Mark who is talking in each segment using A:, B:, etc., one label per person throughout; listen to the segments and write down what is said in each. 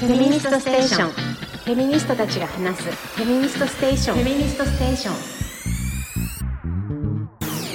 A: フェミニストステーションフェミニストたちが話すフェミニストステーションフェミニストステーシ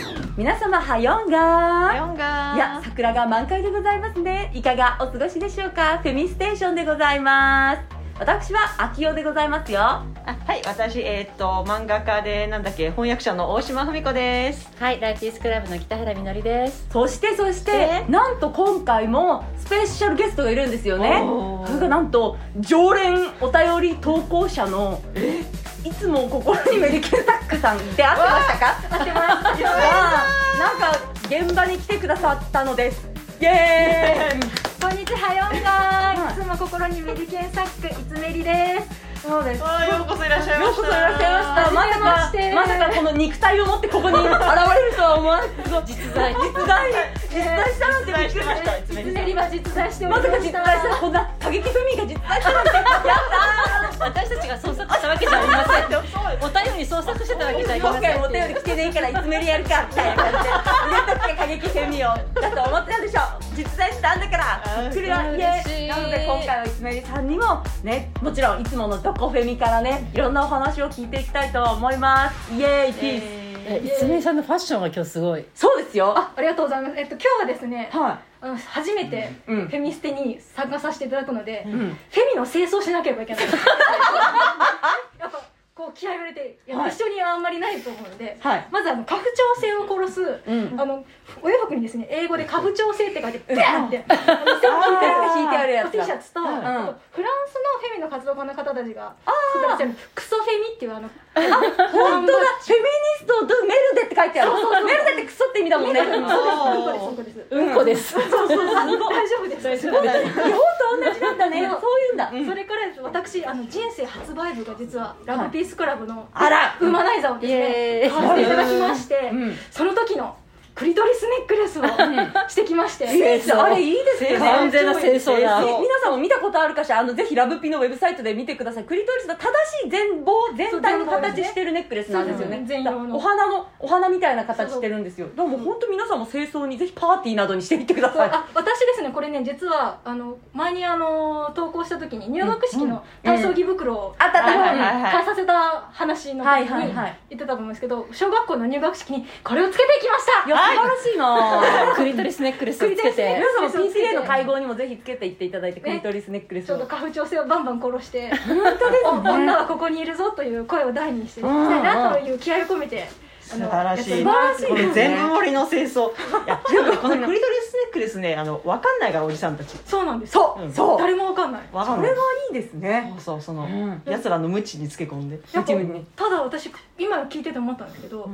A: ョン
B: 皆様はよんが
C: ン
B: ー
C: が
B: いや桜が満開でございますねいかがお過ごしでしょうかフェミステーションでございます私は秋代でございますよ
C: あはい私えーっと漫画家でなんだっけ翻訳者の大島文子です
A: はいライフィースクラブの北原みのりです
B: そしてそして、
C: え
B: なんと今回もスペシャルゲストがいるんですよね
C: おー
B: それがなんと常連お便り投稿者のいつも心にメリケンタックさんで会ってましたか会ってましたがなんか現場に来てくださったのですイエーイ
D: こんにちはよんがーいつも心にメリケンサックいつメリですそうです
C: あーようこそいらっしゃいま
B: よう
C: し
B: こ
C: た
B: そいらっしゃいましたまさ
D: は
B: か
D: じめま
B: ま
D: して
B: さかこの肉体を持ってここに現れるとは思わなくて
A: 実在
B: 実在実在したなんてびっくり
C: 実在してましたいつメ
D: い
C: リ
D: つメリは実在しており
B: ま
D: ま
B: さか
D: し
B: 実
D: た
B: 在したらこんな過激不明が実在したなんてやった
A: 私たちが創作したわけじゃありません
C: でもそうよ
A: お便りに創作してたわけじゃありませ
B: 今
A: ん
B: 回もお便り来てねえからいつメリやるかみたいな感じで俺たちが過激フェミをだと思ってたでしょ実在したんだから
C: ー
B: 来るよイエーイ
A: 嬉しい
B: なので今回はいつメリさんにもねもちろんいつものドコフェミからねいろんなお話を聞いていきたいと思いますイエーイピース
A: えいつめさんのファッションが今日すごい
B: そうですよ
D: ありがとうございますえっと今日はですね
B: は
D: あの初めてフ
B: うん
D: ェミステに参加させていただくので、
B: い、
D: フ
B: ん、
D: ェミの清掃しなければいけないやっぱこう気合いを入れていや
B: はい
D: 一緒にあんまりないと思うので、
B: はい
D: まずあの家父長性を殺す、
B: うん
D: あのお洋服にですね英語で家父長性って書いてペンって、
B: あー引いてあるやつ
D: T シャツと、
B: ん
D: あとフランスのフェミの活動家の方たちが作ってらっしゃるクソフェミっていうあの本
B: 本当だフェミニストとメルデって書いてあるメルデってクソって意味だもんね
D: そうですそうです
A: うんこです
D: そうです大丈夫です
A: すごい
B: 日本と同じなんだねそういうんだ、
D: それからです私あの人生発売部が実はラブピースクラブの
B: あら
D: ウマナイザーをです
A: イエー
D: ね
A: イ
D: 買わせていただきまして、
B: うん
D: その時のクリトリスネックレスをしてきまして、
B: いいですあれいいですね
A: 完全な清掃だ
B: み皆さんも見たことあるかしらあのぜひラブピのウェブサイトで見てくださいクリトリスの正しい全貌全体の形してるネックレスなんですよね
D: そう全
B: だ
D: 容の
B: お花のお花みたいな形してるんですよでも本当皆さんも清掃にぜひパーティーなどにしてみてくだ
D: そう
B: さい
D: あ私ですねこれね実はあの前にあの投稿した時に入学式の体操着袋を、
B: あったあった
D: の
B: はい
C: はいはい
D: 買いさせた話の
B: は
D: 時
B: い
D: に
B: はい
D: 言
B: は
D: っ
B: い
D: てたと思うんですけど小学校の入学式にこれをつけていきました
B: いや素晴らしいなぁ
A: クリトリスネックレスをつけて
B: 皆さんも PCA の会合にもぜひつけていっていただいてクリトリスネックレス
D: ちょ
B: を
D: うど花粉調整をバンバン殺してお女はここにいるぞという声を大にしていきたいなという気合を込めてあ
C: 素
D: の
C: 晴らしい
D: やってます
B: 素晴らしい
C: これ全部盛りの清掃 いやでもこのクリトリスネックレスねあのわかんないからおじさんたち
D: そうなんです
B: そう、
C: うん
B: そう
D: 誰もわかんない
C: わか
B: そ
C: ん
B: れ
C: ない
B: がいいですね
C: そうそうその、
B: ん
C: 奴らの無知につけ込んで
D: やっぱ
B: 自分に
D: ただ私今聞いてて思ったんですけど、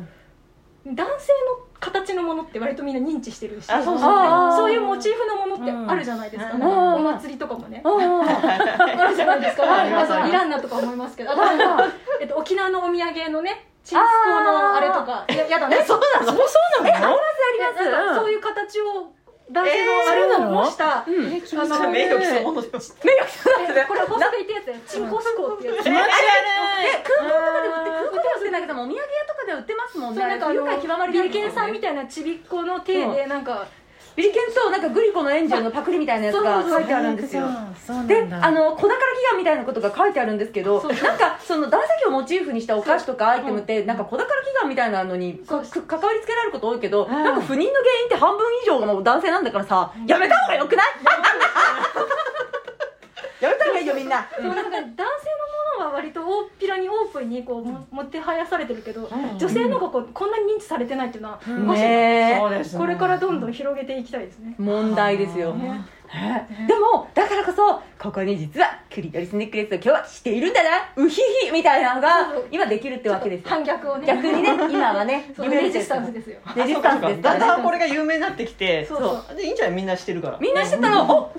D: 男性の形のものって割とみんな認知してるし
C: あそうそう
B: あー
D: そういうモチーフのものってあるじゃないですか、
C: うん
D: お祭りとかもね、
B: あ
D: あるじゃないですか、
C: あります
D: あ
C: ありま
D: の
C: す
D: イランナとか思いますけどあとなんか、えっと、沖縄のお土産のねチンスコーのあれとかいややだね
C: そうなのそうそうなの
B: ります
D: なんかそういう形を男性のあれを模し
B: ー
D: た、
B: うん
D: えー
C: そしたら名誉毀損ものでも
B: 名誉毀損なんですね
D: これ放送で言ってるやつやチンコスコってやつ
C: 気持ち悪い
B: え空港とかで売って空港では売ってないけどもお土産屋とかでは売ってますもん
D: そう
B: ね
D: なんかあ
B: 愉
D: の
B: 快極まり
D: ビ
B: ない
D: リケンさんみたいなちびっ子の手でなんか、
B: ビリケンとなんかグリコのエンジェルのパクリみたいなやつが
D: そうそう
B: 書いてあるんですよ
A: そうなん
B: で
A: だ
B: あの粉から祈願みたいなことが書いてあるんですけど
D: そう
B: なんかその男性器をモチーフにしたお菓子とかアイテムってなんか粉から祈願みたいなのに
D: そう
B: か関わりつけられること多いけど
C: ん
B: なんか不妊の原因って半分以上がもう男性なんだからさやめた方がよくないやめた方がいいよみんな
D: でもなんか男性のものは割と大っぴらにオープンにこうも持ってはやされてるけど、女性の方がこうこんなに認知されてないっていうのはおかしい、
B: ねえ
C: そうですね
D: これからどんどん広げていきたいですね、
B: 問題ですよ、
D: ね
B: ねでもだからこそここに実はクリトリスネックレスを今日はしているんだなうひひみたいなのが
D: そう
B: 今できるってわけですよ
D: 反逆をね
B: 逆にね今はね
D: そうレジスタン
B: ン
D: ス
B: ス
D: ですよ
B: レジスタンスですか
C: だんだ
B: ら
C: ん
B: ね
C: これが有名になってきて
D: そうそう
C: でいいんじゃないみんなしてるから
B: みんなしてたら「お君も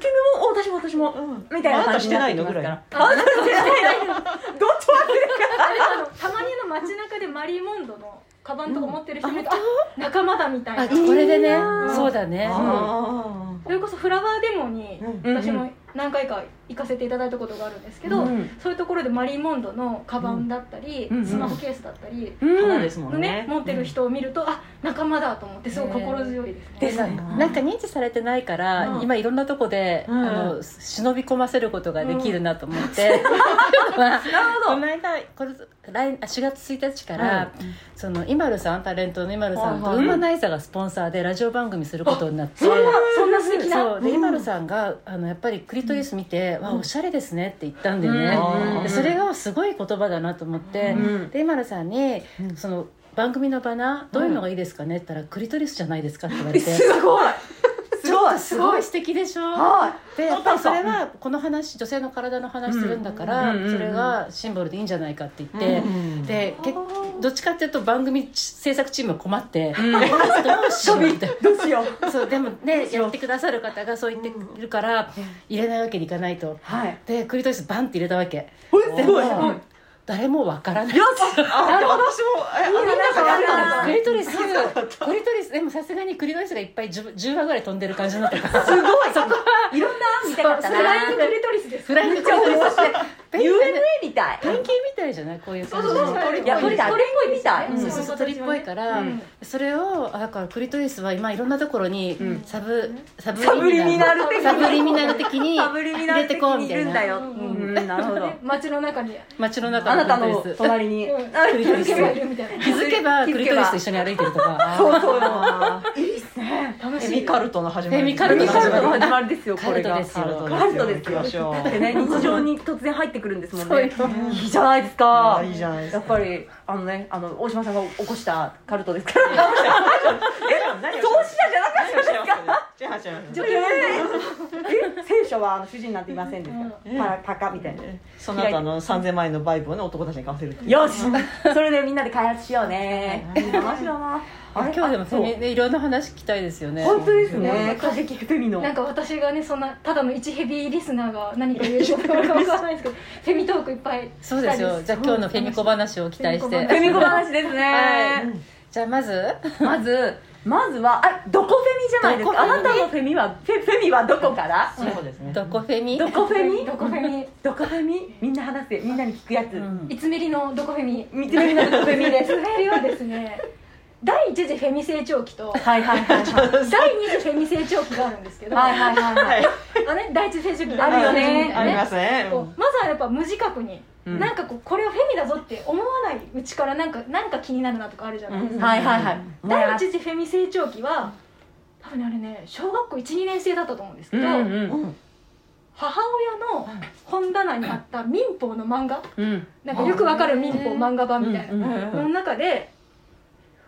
B: お私も私も」みたいな感じになってきますからあなたしてないのどっちも忘れるか
D: あれあのたまにあの街中でマリーモンドのカバンとか持ってる人見ると、あ仲間だみたい
A: あ
D: な
A: これでね
B: うん
A: そうだね
C: あ
D: それこそフラワーデモに
C: ーうん
B: うん
D: 私も何回か行かせていただいたことがあるんですけど、
C: うん
D: そういうところでマリーモンドのカバンだったり、
C: うんうん
D: スマホケースだったり、
C: 花ですもんね
D: ね持ってる人を見ると、あ仲間だと思ってすごい心強いですね。
E: です
C: ん
E: なんか認知されてないから、
C: うん
E: 今いろんなとこで、
C: うん
E: あの忍び込ませることができるなと思って、なるほどこの間これ来あ4月1日から、そのイマルさんタレントのイマルさんと、
C: はい
E: ウ
C: はい
E: ーマナイザーがスポンサーでラジオ番組することになって。
D: そんな素敵な
E: そうで、イマルさんがあのやっぱりクリトリス見て「わおしゃれですね」って言ったんだよね、
C: うん
E: でそれがすごい言葉だなと思って、
C: うん
E: でイマルさんに、
C: うん
E: その番組のバナーどういうのがいいですかねって言ったら「クリトリスじゃないですか」って言われて
B: ごい
E: ちょっとすごい素敵でしょ
B: は
E: でやっぱりそれはこの話女性の体の話するんだから、
C: うんうんうん
E: それがシンボルでいいんじゃないかって言って、
C: うん
E: でけどっちかっていうと番組制作チームは困って、
C: ん
E: どうしようって
B: いどうしよう
E: そうでもねやってくださる方がそう言ってくるから、入れないわけにいかないと
B: はい
E: でクリトリスバンって入れたわけ
B: えすごい
E: でも
B: うん
E: 誰もわからない
C: あ私もえあの
E: クリトリスクリトリスでもさすがにクリトリスがいっぱい 10, 10話ぐらい飛んでる感じになったから
B: すごいいろんな案見たかった
D: フライ
B: な
D: ングクリトリスです
E: フライングクリトリスして
B: UMA みたい
E: ペンキみたいじゃないこういう感じ
D: そうそうそう
B: いや鳥だ
D: 鳥っぽいですよね
E: うんそうそう
D: そういう
E: 鳥っぽいから、
D: うん
E: それをあだからクリトリスは今いろんなところに
C: ん
E: サブ、サブ
B: サブリミナル的に
E: サブリミナル的に
B: サブリミナ
E: 入れ
B: ル
E: て
B: 的
E: こうみ
B: にい
E: たい
B: るんだ
E: な
B: ようんなるほど
D: ね街の中に
E: 街の中
B: あなた
E: クリ
B: の
E: トリス
B: 隣に
D: うん
B: あ
E: クリトリス
D: 人がいるみたいな
E: 気づけばクリトリスと一緒に歩いてるとか
B: そうそう
C: あ
D: 楽
C: ー
D: し
C: エ
D: い
C: ミカルトの始ま
E: エ
C: り
E: ミカルト
B: ミ
E: の
B: カ
E: 始
B: ル
E: ま
B: ト
E: り
B: の始まりですよ
E: カ
B: こ
E: ル
B: れ
E: ト
B: が
E: ですよ
B: カルトですよ
C: 行きましょう
B: だってね日常に突然入ってくるんですもん
E: そう
B: ね
E: よ
B: いいじゃないですか
C: あーいいじゃないですか
B: やっぱりあのねあの大島さんが起こしたカルトですから
C: え何を
B: 投資者じゃなかったですか
C: 違う違う違う
B: ええ聖書はあの主人なんていませんでしたパラパカみたいな
C: その後あの3000万円のバイブをね男たちに買わせるっていう
B: よしそれでみんなで開発しようね面白いなあれ
E: 今日でもフ
B: そう
E: ェミねいろんな話聞きたいですよね
B: 本当ですね過激フェミの
D: なんか私がねそんなただの一ヘビーリスナーが何か言えることがあるか分からないですけどフェミトークいっぱい
E: そうですよじゃあ今日のフェミコ話を期待して
D: フ
B: フェミコ話です
E: は
B: ね
E: いじゃあまず
B: まずまずはあどこフェミじゃないですかあ
E: どこフェミ
B: なたのフェミはフェフェミはどこから
C: そうですね
E: どこフェミ
B: どこフェミ
D: どこフェミ
B: どこフェミみんな話せみんなに聞くやつ
E: うん
D: いつめりのどこフェミ
B: 見つめるのどこフェミで
D: いつ
B: す
D: めりはですね第1次フェミ成長期と
B: はいはいはいはい
D: 第2次フェミ成長期があるんですけど
B: はいはいはいはい
D: あね、第一次成長期
B: あるよね
C: ありますね
D: こうまずはやっぱ無自覚に、
C: うん
D: なんかこうこれをフェミだぞって思わないうちからなんかなんか気になるなとかあるじゃないですか、
B: はいはいはい
D: 第一次フェミ成長期は多分ねあれね小学校12年生だったと思うんですけど、
C: うん
D: 母親の本棚にあった民法の漫画
C: うん
D: なんかよくわかる民法漫画版みたいな、
C: うんうん
D: の中で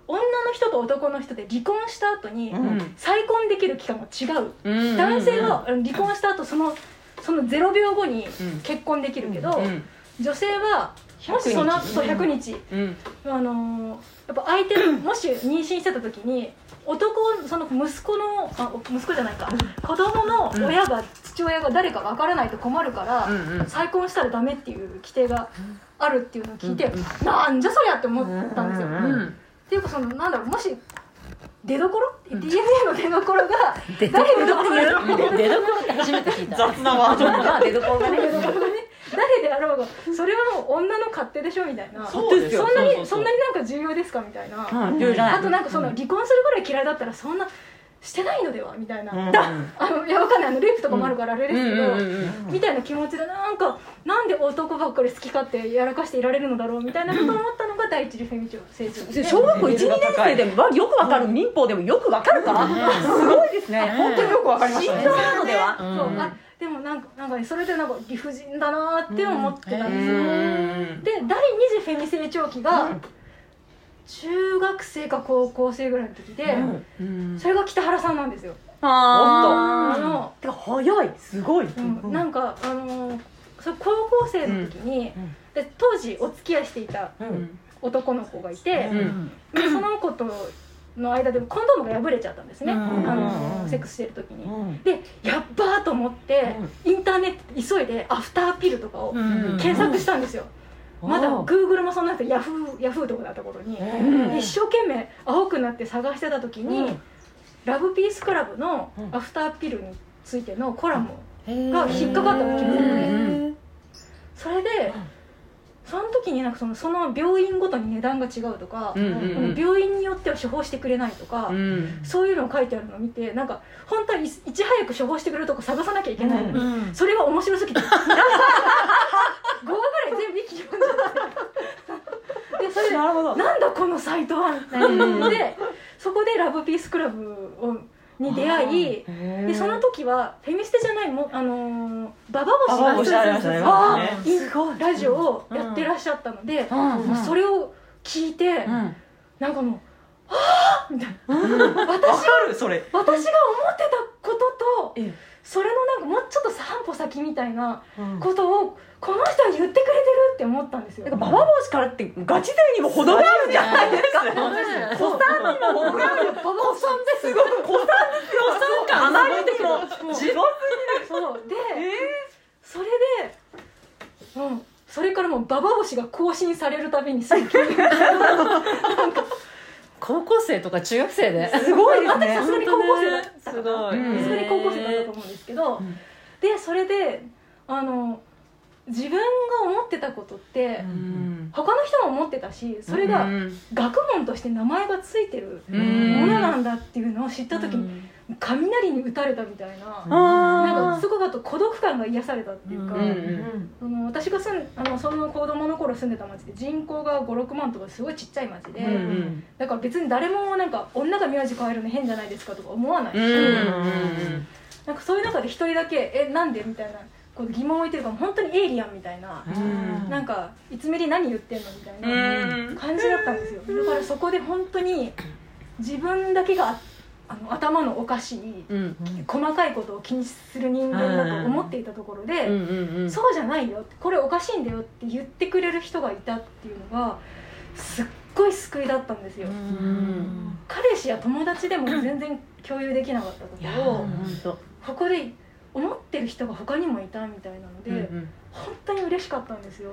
D: 女の人と男の人で離婚した後に、
C: うん
D: 再婚できる期間も違う
C: うん
D: 男性は離婚した後そのその0秒後に
C: ん
D: 結婚できるけど、
C: うん
D: 女性はもしその後そう100日、
C: うん
D: あのーやっぱ相手のもし妊娠してた時に男をその息子のあ息子じゃないか子供の親が、父親が誰かわからないと困るから、
C: うんうん
D: 再婚したらダメっていう規定があるっていうのを聞いて、なんじゃそりゃって思ったんですよ。
C: うん
D: っ
C: ん
D: ていうかそのなんだろうもし出どころ DNA の出どころが
E: 出どこ
D: 誰の出どころ
E: 出どころって初めて聞いた
C: 雑なワード
B: まあ出どころがね
D: 誰であろうがそれはもう女の勝手でしょみたいな
C: そうですよ
D: そんなに
C: うう
D: そんなになんか重要ですかみたいな、
B: うんルールじゃない
D: あとなんかその離婚するぐらい嫌いだったらそんなしてないのではみたいな、
C: うん
D: あのいやわかんないあのレイプとかもあるからあれですけど、
C: うんうんうんうん
D: みたいな気持ちでなんかなんで男ばっかり好き勝手やらかしていられるのだろうみたいなことを思ったのが第一次フェミチョ成長で
B: 小学校12年生でもわよくわかる民法でもよくわかるからすごいですね本当によくわかりましたねなのでは
D: そうあでもなんかなんかねそれでなんか理不尽だなーって思ってたんですよ、で第二次フェミ成長期が中学生か高校生ぐらいの時で、それが北原さんなんですよ、
B: あ
D: あの
B: ーてか早いすごい
D: うんなんかあのーそれ高校生の時に、で当時お付き合いしていた
C: うん
D: 男の子がいて、
C: うん
D: でその子との間でコンドームが破れちゃったんですね、
E: うん
D: あのーセックスしてる時に、
C: うん
D: でやっばーと思って、インターネットで急いでアフターピルとかを
E: うん
D: 検索したんですよ、
C: うん
D: まだ
C: おう
D: Google もそんなくてヤフーヤフーとかだった頃に、
C: うん
D: 一生懸命青くなって探してた時に、
C: うん
D: ラブピースクラブの
C: うん
D: アフターピルについてのコラムをが引っかかったわけですよね
E: うん
D: それでその時になんかそのその病院ごとに値段が違うとか、
B: うんうんうん
D: 病院によっては処方してくれないとか、
B: うん
D: そういうのを書いてあるのを見てなんか本当はいいち早く処方してくれるとこ探さなきゃいけないのに、
E: うん
D: それが面白す ぎて5話ぐ らい全部一気に読んじゃ ってでそれで
C: なるほど
D: なんだこのサイトはみたいな
B: うんうん
D: でそこで「ラブピースクラブを」に出会いでその時はフェミステじゃないもあのーババ
C: あ
D: ボ
C: お
D: シ
C: しゃれましたね
D: あ
C: ね
D: ーラジオをやってらっしゃったので、もうそれを聞いて、なんかもう「ああ!」みたいな
C: わ
D: 私
C: かるそれ
D: 私が思ってたことと
C: ええ
D: それのなんかもうちょっと三歩先みたいなことをこの人は言ってくれてるって思ったんですよ
B: なんかババボシからってガチ勢にも程があるじゃないですか
E: 本当ですね
B: 子さんにも程があるよババボシさんですごい子さんですよ子さん感あまりにも地獄
D: そうで、
B: え
D: それで、うん、それからもうババ星が更新されるたび に最近
E: 高校生とか中学生で。
B: すごいです
D: さ
B: ね
D: すがに高校生だった
E: すごい。
B: うん
D: さすがに高校生だったと思うんですけど、
C: ん
D: でそれであの自分が思ってたことって、
B: うん
D: 他の人も思ってたしそれが
B: うん
D: 学問として名前がついてる
C: う
D: も
C: ん
D: のなんだっていうのを知った時に、雷に打たれたみたいな,、なん
B: あ
D: かそこがと孤独感が癒されたっていうか。
B: ーうん
E: う
D: その私が住んあのその子供の頃住んでた町で人口が56万とかすごいちっちゃい町で、
B: うんうん
D: だから別に誰もなんか女が名字変えるの変じゃないですかとか思わないし、
B: うん
D: なんかそういう中で一人だけ「えなんで?」みたいなこう疑問を置いてるから本当にエイリアンみたいな、
C: うん
D: なんか「いつめり何言ってんの?」みたいな
B: うん
D: 感じだったんですよ、だからそこで本当に自分だけがあの頭のおかしい
B: うん
D: 細かいことを気にする人間だと思っていたところで。
B: うん
D: そうじゃないよこれおかしいんだよって言ってくれる人がいたっていうのがすっごい救いだったんですよ、
B: うん
D: 彼氏や友達でも全然共有できなかったことをここで思ってる人が他にもいたみたいなので、本当に嬉しかったんですよ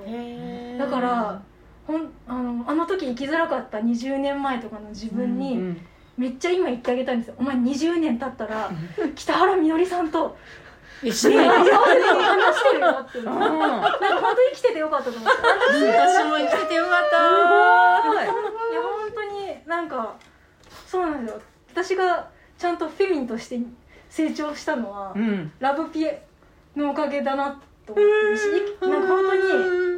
D: だからほんあのあの時生きづらかった20年前とかの自分に、めっちゃ今言ってあげたいんですよお前20年経ったら北原みのりさんと
E: 一緒
D: 目
E: に。
D: が合わ
E: 私
D: せて話してるよっていうなんか本当に生きててよかったと思って
E: も生きてよかった。
D: いや本当になんかそうなんですよ私がちゃんとフェミンとして成長したのは、
B: うん
D: ラブピエのおかげだなと思ってるし、いなんか本当に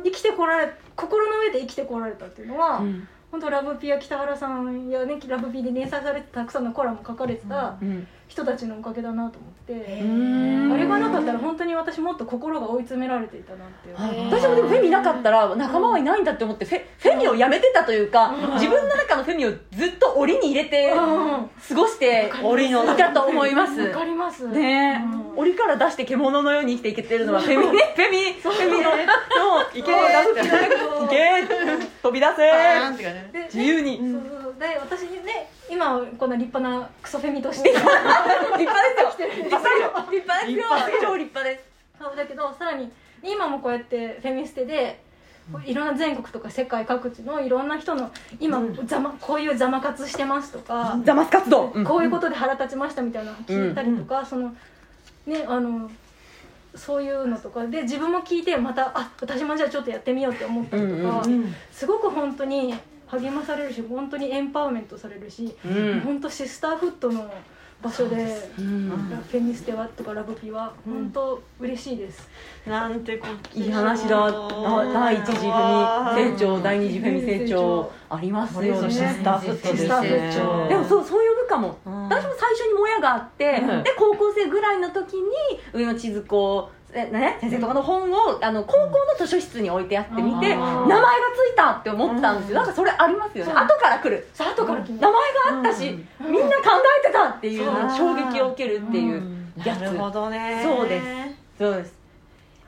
D: 生きてこられ心の上で生きてこられたっていうのは、
B: うん
D: 本当ラブピや北原さんやねラブピで連載されてたくさんのコラム書かれてた
B: うん
D: 人たちのおかげだなと思って、
B: うん
D: あれがなかったら本当に私もっと心が追い詰められていたなっていう、
B: 私もでもフェミなかったら仲間はいないんだって思ってフェフェミをやめてたというか自分の中のフェミをずっと檻に入れて
D: うん
B: 過ごして檻のいたと思います
D: わかります
B: ね
D: うん
B: 檻から出して獣のように生きていけてるのはフェミねフェミフェミののいけいけ飛び出せ
D: で
B: 自由に
D: そうそうそうで私ね今はこんな立派なクソフェミとして生
B: 立派
D: きてるんで
B: です
D: す
B: よ立派ですよ超立派です
D: そうだけどさらに今もこうやってフェミステでいろんな全国とか世界各地のいろんな人の今、ざまこういうざま活してますとか、
B: ザマス活動
D: こういうことで腹立ちましたみたいなのを聞いたりとか、そのねあのそういうのとかで自分も聞いてまたあ私もじゃあちょっとやってみようって思ったりとか、
B: う
D: すごく本当に励まされるし本当にエンパワーメントされるし、
B: うん
D: 本当シスターフットの場所でフェミステはとかラブピは本当嬉しいです、
C: なんてこっち
B: いい話だ。あ第一次フェミ成長、第二次フェミ成長ありますよね。
C: シスターフットですね
B: シスターフットでもそうそういう部下も。
C: ん
B: 私も最初にもやがあって、
C: うん
B: で高校生ぐらいの時に上野千鶴子えね先生とかの本をあの高校の図書室に置いてあってみて、名
D: うんあー
B: 前がついたって思ったんですよ。なんかそれありますよね。
D: そう
B: 後から来る。
D: さあ後から気に
B: 名
D: な
B: 前
D: る
B: があったし、
D: うん
B: みんな考えてたっていう
D: そう
B: 衝撃を受けるっていうや
C: な
B: つ。
C: るほどね
B: そうですそうです。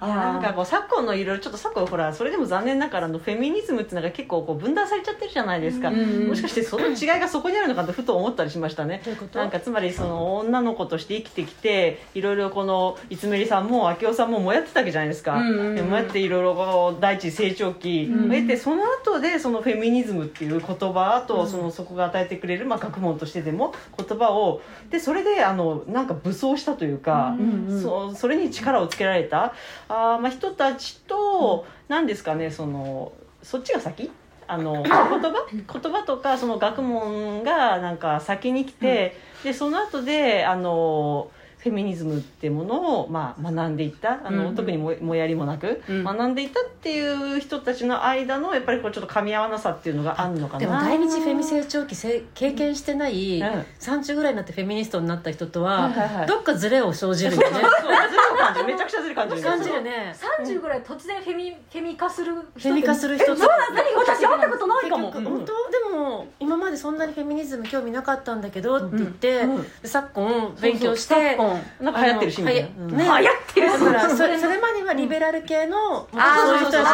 C: いやなんかこう昨今のいろいろちょっと昨今ほらそれでも残念ながらのフェミニズムってなんか結構こう分断されちゃってるじゃないですか、もしかしてその違いがそこにあるのかとふと思ったりしましたね。なんかつまりその女の子として生きてきていろいろこのいつめりさんも明夫さんももやってたわけじゃないですか、
B: うんうんうん
C: でもやっていろいろこう第一次成長期を得て、その後でそのフェミニズムっていう言葉とそのそこが与えてくれる、まあ、学問としてでも言葉をでそれであのなんか武装したというか、そうそれに力をつけられたあーまあ人たちと何、ですかねそのそっちが先あの言葉言葉とかその学問がなんか先に来て、でその後であのフェミニズムってものを、まあ、学んでいったあ
B: う
C: の、
B: んうん
C: 特にももやりもなく、
B: うん
C: 学んでいたっていう人たちの間のやっぱりこうちょっと噛み合わなさっていうのがあるのかな。
E: でも第二次フェミ成長期せ経験してない
C: うん
E: 30ぐらいになってフェミニストになった人と
C: はいはいは
E: はいどっかズレを生じるよね
C: そうずるい感じめちゃくちゃずるい感じ
E: 感じるね
D: 30ぐらい突然フェミフェミ化する
E: フ
D: 人
E: ェミ化
D: る
E: する人と
D: 何私会ったことないかも
E: 本当でも今までそんなにフェミニズム興味なかったんだけどって言って、
C: うんうん
E: で昨今勉強して
C: なんか流行ってるしみたいな
E: あの
C: うん
E: ね、
B: あやってる
E: だからそれそれまではリベラル系の、まあそういう人たちだった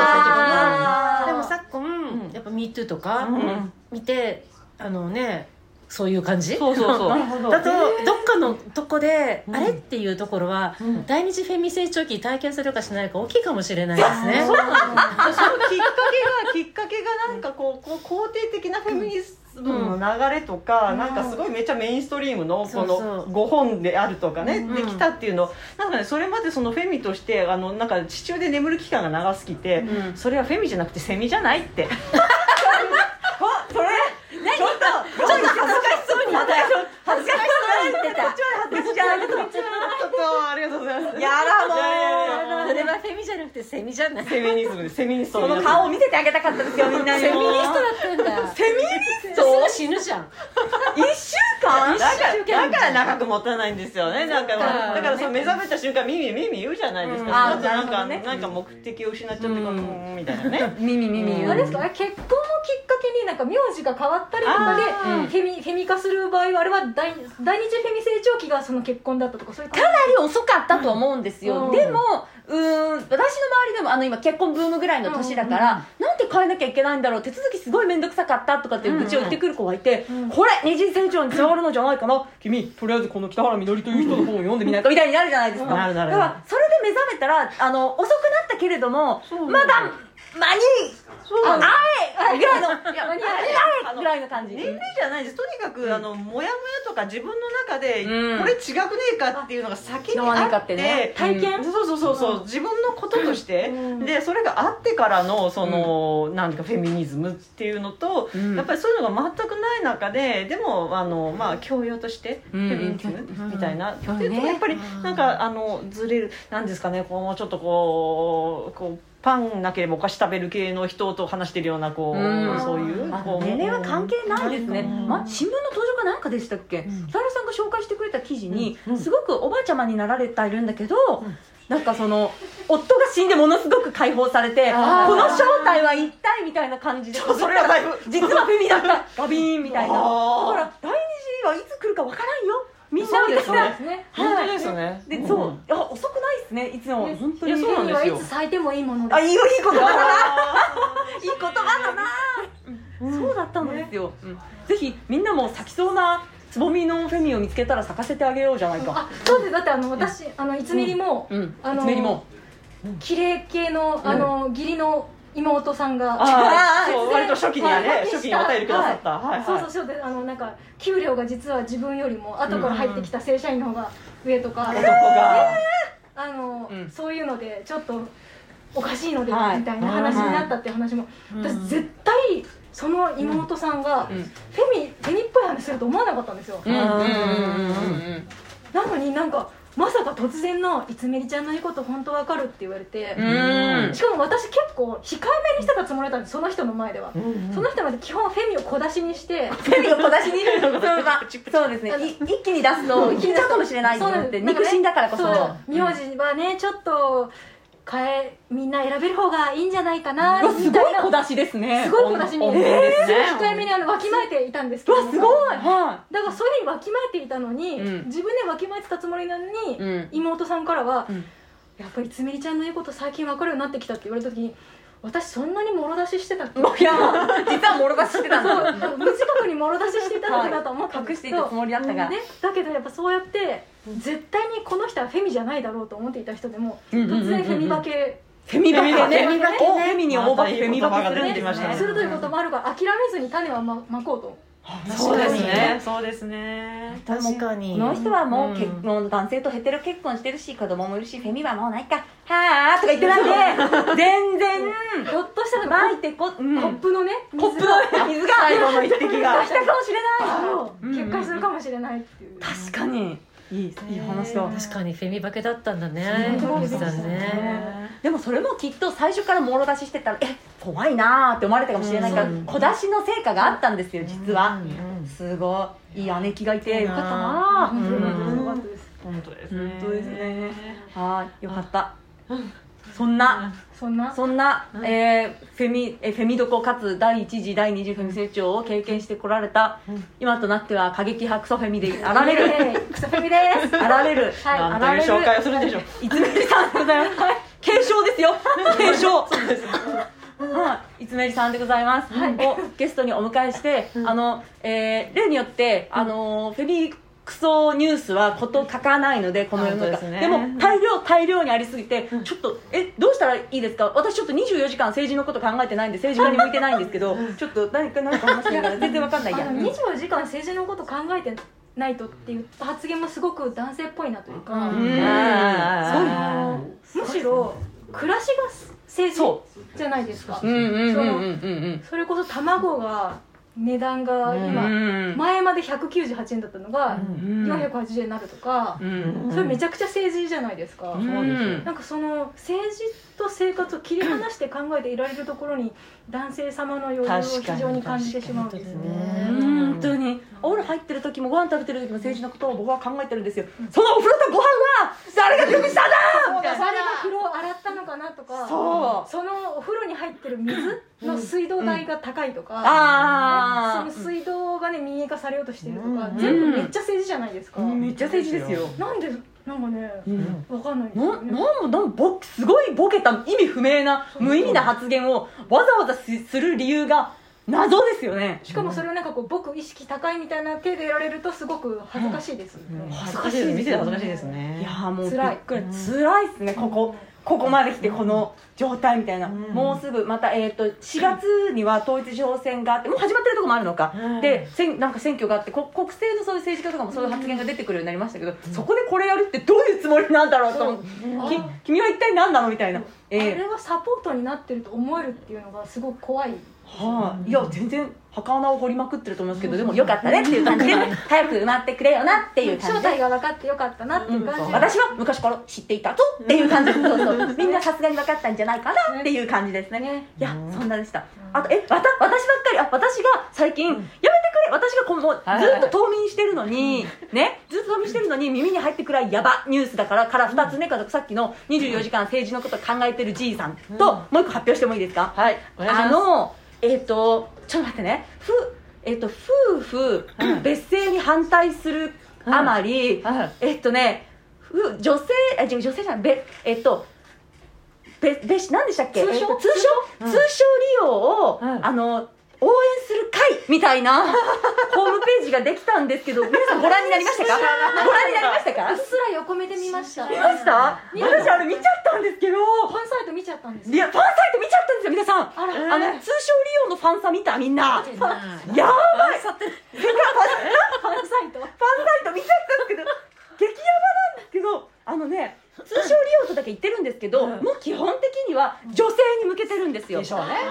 D: あ
E: け
D: ー
E: どでも昨今、
C: ん
E: やっぱ「MeToo」とか、
C: うん
E: 見てあのねそういう感じ
C: そうそうそう
E: だとどっかのとこで、あれっていうところは、
C: うん
E: 第二次フェミ成長期体験するかしないか大きいかもしれないですね
C: そうなんですよそのきっかけがきっかけがなんかこうこう肯定的なフェミニズムの流れとか、なんかすごいめっちゃメインストリームの
E: そ
C: こ
E: うそう
C: の5本であるとかね、
E: うん
C: できたっていうのなんかねそれまでそのフェミとしてあのなんか地中で眠る期間が長すぎて、
B: うん
C: それはフェミじゃなくてセミじゃないって
B: それちょっとちょっと恥ずかしそうに言ったよ恥ずかしそうに言ってた
C: 恥ずかしいなちょっとありがとうございます
B: やだもう
C: いやいやいや
E: それはフェミじゃなくてセミじゃない
C: セミニズムでセミニスト
B: こ
C: にな
B: の
C: る
B: 顔を見せてあげたかったですよみんなに
E: セミニ
B: も
E: ストだったんだ
B: セミニス
E: す
B: ト
E: ぐ死ぬじゃん
B: 一週間
C: だからだから長く持たないんですよねなんか
E: か
C: だからその目覚めた瞬間耳耳言うじゃないですか、
B: うん
C: その後
B: あー
C: なんか、
B: なるほどね
C: なんか目的を失っちゃってこう、
B: うん
C: みたいな ね
B: 耳耳
C: うん
D: あれですかあれ結婚をきっかけになんか名字が変わったりと
C: あー
D: かでフェミフェミ化する場合はあれは第第二次フェミ成長期がその結婚だったとかそういう感じ
B: かなり遅かったと思うんですよ、
D: うん
B: でもうーん私の周りでもあの今結婚ブームぐらいの年だから、なんて変えなきゃいけないんだろう手続きすごい面倒くさかったとかっていう愚痴を言ってくる子がいて、
D: うんうん
B: これ二次成長につながるのじゃないかな、君とりあえずこの北原みのりという人の本を読んでみないかみたいになるじゃないですか、
C: うんなるなる
B: だからそれで目覚めたらあの遅くなったけれどもまだ間にあ会えぐらいのいや間に合えぐらいの感じ
C: 年齢じゃないですとにかく、あのモヤモヤとか自分の中で、
B: うん
C: これ違くねえかっていうのが先に
B: どう
C: あ
B: にか
C: っ
B: っててね
D: 体験、
C: そうそうそうそう、自分のこととして、
D: うん
C: でそれがあってからのその、なんかフェミニズムっていうのと、
B: うん
C: やっぱりそういうのが全くない中ででもあのまあ教養としてフ
B: うん
C: ェミニズムみたいな、って
B: うん
C: いうと
B: そうね
C: やっぱりなんかあのずれるなんですかねこうちょっとこうこうパンなければお菓子食べる系の人と話してるようなこう、
B: うん
C: そういう
B: あ
C: こう
B: 年齢は関係ないですね、
C: うん
B: ま、新聞の登場かなんかでしたっけ、北原さんが紹介してくれた記事に、
C: うんうん
B: すごくおばあちゃまになられているんだけど、
C: ん
B: なんかその夫が死んでものすごく解放されてこ
C: あー
B: の正体は一体みたいな感じで
C: そうそれはだいぶ
B: 実はフェミだったガビーンみたいなだか
C: あー
B: ら第二次はいつ来るかわからんよみんな
C: そう
B: み
C: で
B: た
C: す
B: い
C: ね
B: な
D: ですね
C: 本当ですよね
B: で
C: ん
B: そういや遅くないですねいつも本当
C: いや
B: に
C: そうなん
D: に
C: で
D: は
C: す
D: い
C: よ
D: つ咲いてもいいもので
B: あいいよいい言葉だな
C: あ
B: いい言葉だな、そうだったんですよ、うんぜひみんなも咲きそうなつぼみのフェミを見つけたら咲かせてあげようじゃないか
D: あそうですだってあの私あのいつめりも、
B: うん
D: あの
B: つめりも
D: 綺麗系のあの、義理の妹さんが
C: ーあー
D: 突
C: そう
D: 然
C: 割と初期には
D: はい
C: ね初期にお便りくださったはいはい
D: そうそうそうであのなんか給料が実は自分よりも後から入ってきた正社員の方が上とか、
C: 男が
D: あの、
B: うん
D: そういうのでちょっとおかしいので、
B: はい
D: みたいな話になったっていう話も、私絶対その妹さんが、
B: うん
D: フェミフェミっぽい話すると思わなかったんですよ、
B: うんうんうん
D: なのになんかまさか突然の「いつめりちゃんの言うこと本当わかる」って言われて、
B: うんうん
D: しかも私結構控えめにしてたつもりだったんですその人の前では、その人まで基本フェミを小出しにして
B: フェミを小出しにそうまあそうですねい一気に出すと引いちゃうかもしれないと
D: そう
B: 思
D: なん
B: っ
D: で
B: て
D: すなん
B: 肉
D: ね
B: 親だからこそ
D: そう名字はねちょっと変えみんな選べる方がいいんじゃないかな
B: うわす
D: みた
B: ご
D: い
B: い
D: な
B: 小出しですね
D: すごい小出しに、
B: えー
C: ですね
D: 控えめにあのわきまえていたんですけ
B: う
D: ど
B: わすごいは
D: だからそういうふうにわきまえていたのに、
B: うん
D: 自分でわきまえてたつもりなのに、
B: うん
D: 妹さんからは、
B: うん
D: やっぱりつみりちゃんの言うこと最近分かるようになってきたって言われた時に私そんなにもろ出ししてたっけ
B: いや実はもろ出ししてたんだ
D: そう無自覚にもろ出ししてたのかなと思ったんですけど
B: はい隠していたつもりだったが
D: うんね、だけどやっぱそうやって絶対にこの人はフェミじゃないだろうと思っていた人でも
C: うんうんうんうん
D: 突然フェミ化け
B: フェミバケね
D: フェミバケね
B: おフェミに大化けフェミバケするん
C: 出
B: で
C: て
B: す
C: ましたね
D: するということもあるから諦めずに種はままこうと
C: そうですねそうですね
E: 確かに
B: この人はもう結
E: うん
B: もう男性とヘテロ結婚してるし子供もいるしフェミはもうないかはあとか言ってたんで全然
D: ひょっとしたら
B: ま
D: コ
B: いてこ、う
D: ッコップのね
B: コップの水が最後の一滴がしたかもしれ
D: 水が決壊するかもしれないっていう
B: 確かにいいいい話だ
E: 確かにフェミ化けだったんだね
D: そう
E: ゆきさんね
B: でもそれもきっと最初からもろ出ししてたらえ怖いなーって思われたかもしれないから
E: うん
B: 小出しの成果があったんですよ実は
E: うんうん
B: すごいいい姉貴がいてよかったな
D: うん
E: うん
D: よかったです
C: 本当です
B: 本
C: ね
B: 当ですねはーいよかったそんな
D: そんな
B: そんな、えーフェミえーフェミどこかつ第一次第二次フェミ成長を経験してこられた、今となっては過激派クソフェミであられ る
D: るクソフェミ です
B: あられる
D: はい
C: なんという紹介をするでしょう
B: いつめりさんでございます継承ですよ継承そうですはい、いつめりさんでございます、をゲストにお迎えして、あの、えー例によって、あのフェミクソニュースはこと書かないのでこの世の
C: あそうで
B: 中
C: す
B: で,、
C: ね
B: も大量大量にありすぎてちょっとえどうしたらいいですか私ちょっと24時間政治のこと考えてないんで政治家に向いてないんですけどちょっと何か何か話してるから全然わかんないや
D: あの24時間政治のこと考えてないとっていう発言もすごく男性っぽいなというか、
C: うん
B: うん
D: あのむしろ暮らしが政
B: そ
D: 治じゃないですか
B: う
D: そ
B: うんうんうんうんうん
D: れこそ卵が値段が
B: うん
D: 今、前まで198円だったのが480円になるとか、
B: うん
D: それめちゃくちゃ政治じゃないですか、
B: うん
C: そうですよ
D: なんかその政治と生活を切り離して考えていられるところに男性様の余裕を非常に感じてしまうんですね
B: 本当にお風呂入ってる時もご飯食べてる時も政治のことを僕は考えてるんですよそのお風呂とご飯は誰が準備したんだみたい
D: 誰
B: な
D: が風呂を洗ったのかなとか
B: そう
D: そのお風呂に入ってる水の水道代が高いとか、
B: あ
D: ねその水道がね民営化されようとしてるとか、
E: うん
D: 全部めっちゃ政治じゃないですか、
B: あめっちゃ政治ですよ
D: なんでなんかね
B: うん
D: わかんないです
B: な
D: よ
B: なん
D: ね
B: もなんぼすごいボケた意味不明な無意味な発言をわざわざしする理由が謎ですよね
D: しかもそれをなんかこう僕意識高いみたいな手でやられるとすごく恥ずかしいです、
B: 恥
C: 恥
B: ず
C: ず
B: か
C: か
B: し
C: し
B: いですよね
C: い見てて恥ずかしいですね
B: いやーもう
D: 辛い
B: びっくり辛いですねここここまで来てこの状態みたいな、
C: ん
B: もうすぐまた、えー、と4月には統一地方選があってもう始まってるとこもあるのか、
C: うん
B: でせんなんか選挙があってこ国政のそういう政治家とかもそういう発言が出てくるようになりましたけど、そこでこれやるってどういうつもりなんだろうと思って、き君は一体何なのみたいな、え
D: あれがサポートになってると思えるっていうのがすごく怖い
B: はい、いや全然墓穴を掘りまくってると思いますけどでもよかったねっていう感じで早く埋まってくれよなっていう感
D: 正
B: じで
D: 体が分かってよかったなっていう感じが、
B: 私は昔から知っていたぞっていう感じですそうそうみんなさすがに分かったんじゃないかなっていう感じですねいやそんなでしたあとえわた私ばっかりあ私が最近、やめてくれ私がこのずっと冬眠してるのにねずっと冬眠してるのに耳に入ってくらいやばニュースだからから2つねかさっきの24時間政治のこと考えてるじいさんと、もう一個発表してもいいですか
C: はいお願いします
B: あのえっ、とちょっと待ってねふえっ、と夫婦別姓に反対するあまり、
C: はい
B: えっとね、ふ女性、あ、じゃ女性じゃない、べ、えっと。べ、べし、なんでしたっけ、
D: 通称
B: えっと通称、通称利用を、
C: うん
B: あの。応援する会みたいなホームページができたんですけど皆さんご覧になりましたかご覧になりましたか
D: うっすら横目で見ました
B: 見ました私あれ見ちゃったんですけど
D: ファンサイト見ちゃったんです
B: いやファンサイト見ちゃったんですよ皆さん
D: あら
B: あの通称利用のファンサ見たみんな
E: 見てない
B: やばいファンサイト見ちゃっ
D: ファンサイト
B: たんですけど 激ヤバなんですけどあのね通称利用とだけ言ってるんですけど、もう基本的には女性に向けてるんですよ
C: でしょうね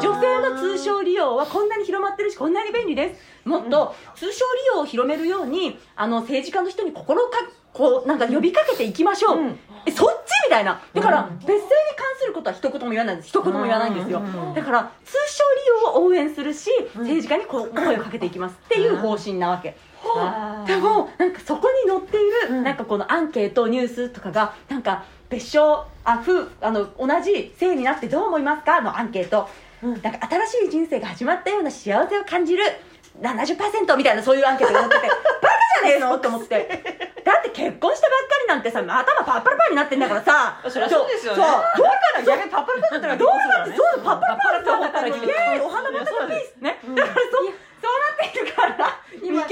B: 女性の通称利用はこんなに広まってるしこんなに便利ですもっと通称利用を広めるようにあの政治家の人に心をかこうなんか呼びかけていきましょう、
C: うん
B: えそっちみたいなだから別姓に関することは一言も言わないんです一言も言わないんですよだから通称利用を応援するし政治家にこう声をかけていきますっていう方針なわけ
C: あー
B: でもなんかそこに載っている、なんかこのアンケートニュースとかがなんか別称あ夫あの同じ性になってどう思いますかのアンケート、なんか新しい人生が始まったような幸せを感じる70%みたいなそういうアンケートが載っててバカじゃねえのって思ってだって結婚したばっかりなんてさ頭パッパラパーになってんだからさ
C: そりゃそうですよね
B: そう
C: だから逆にパッパラパッパラ
B: どうなってそうパッパラパー
C: パ
B: だったらイエーイお花畑のピースねだから そうそうなってるから意見が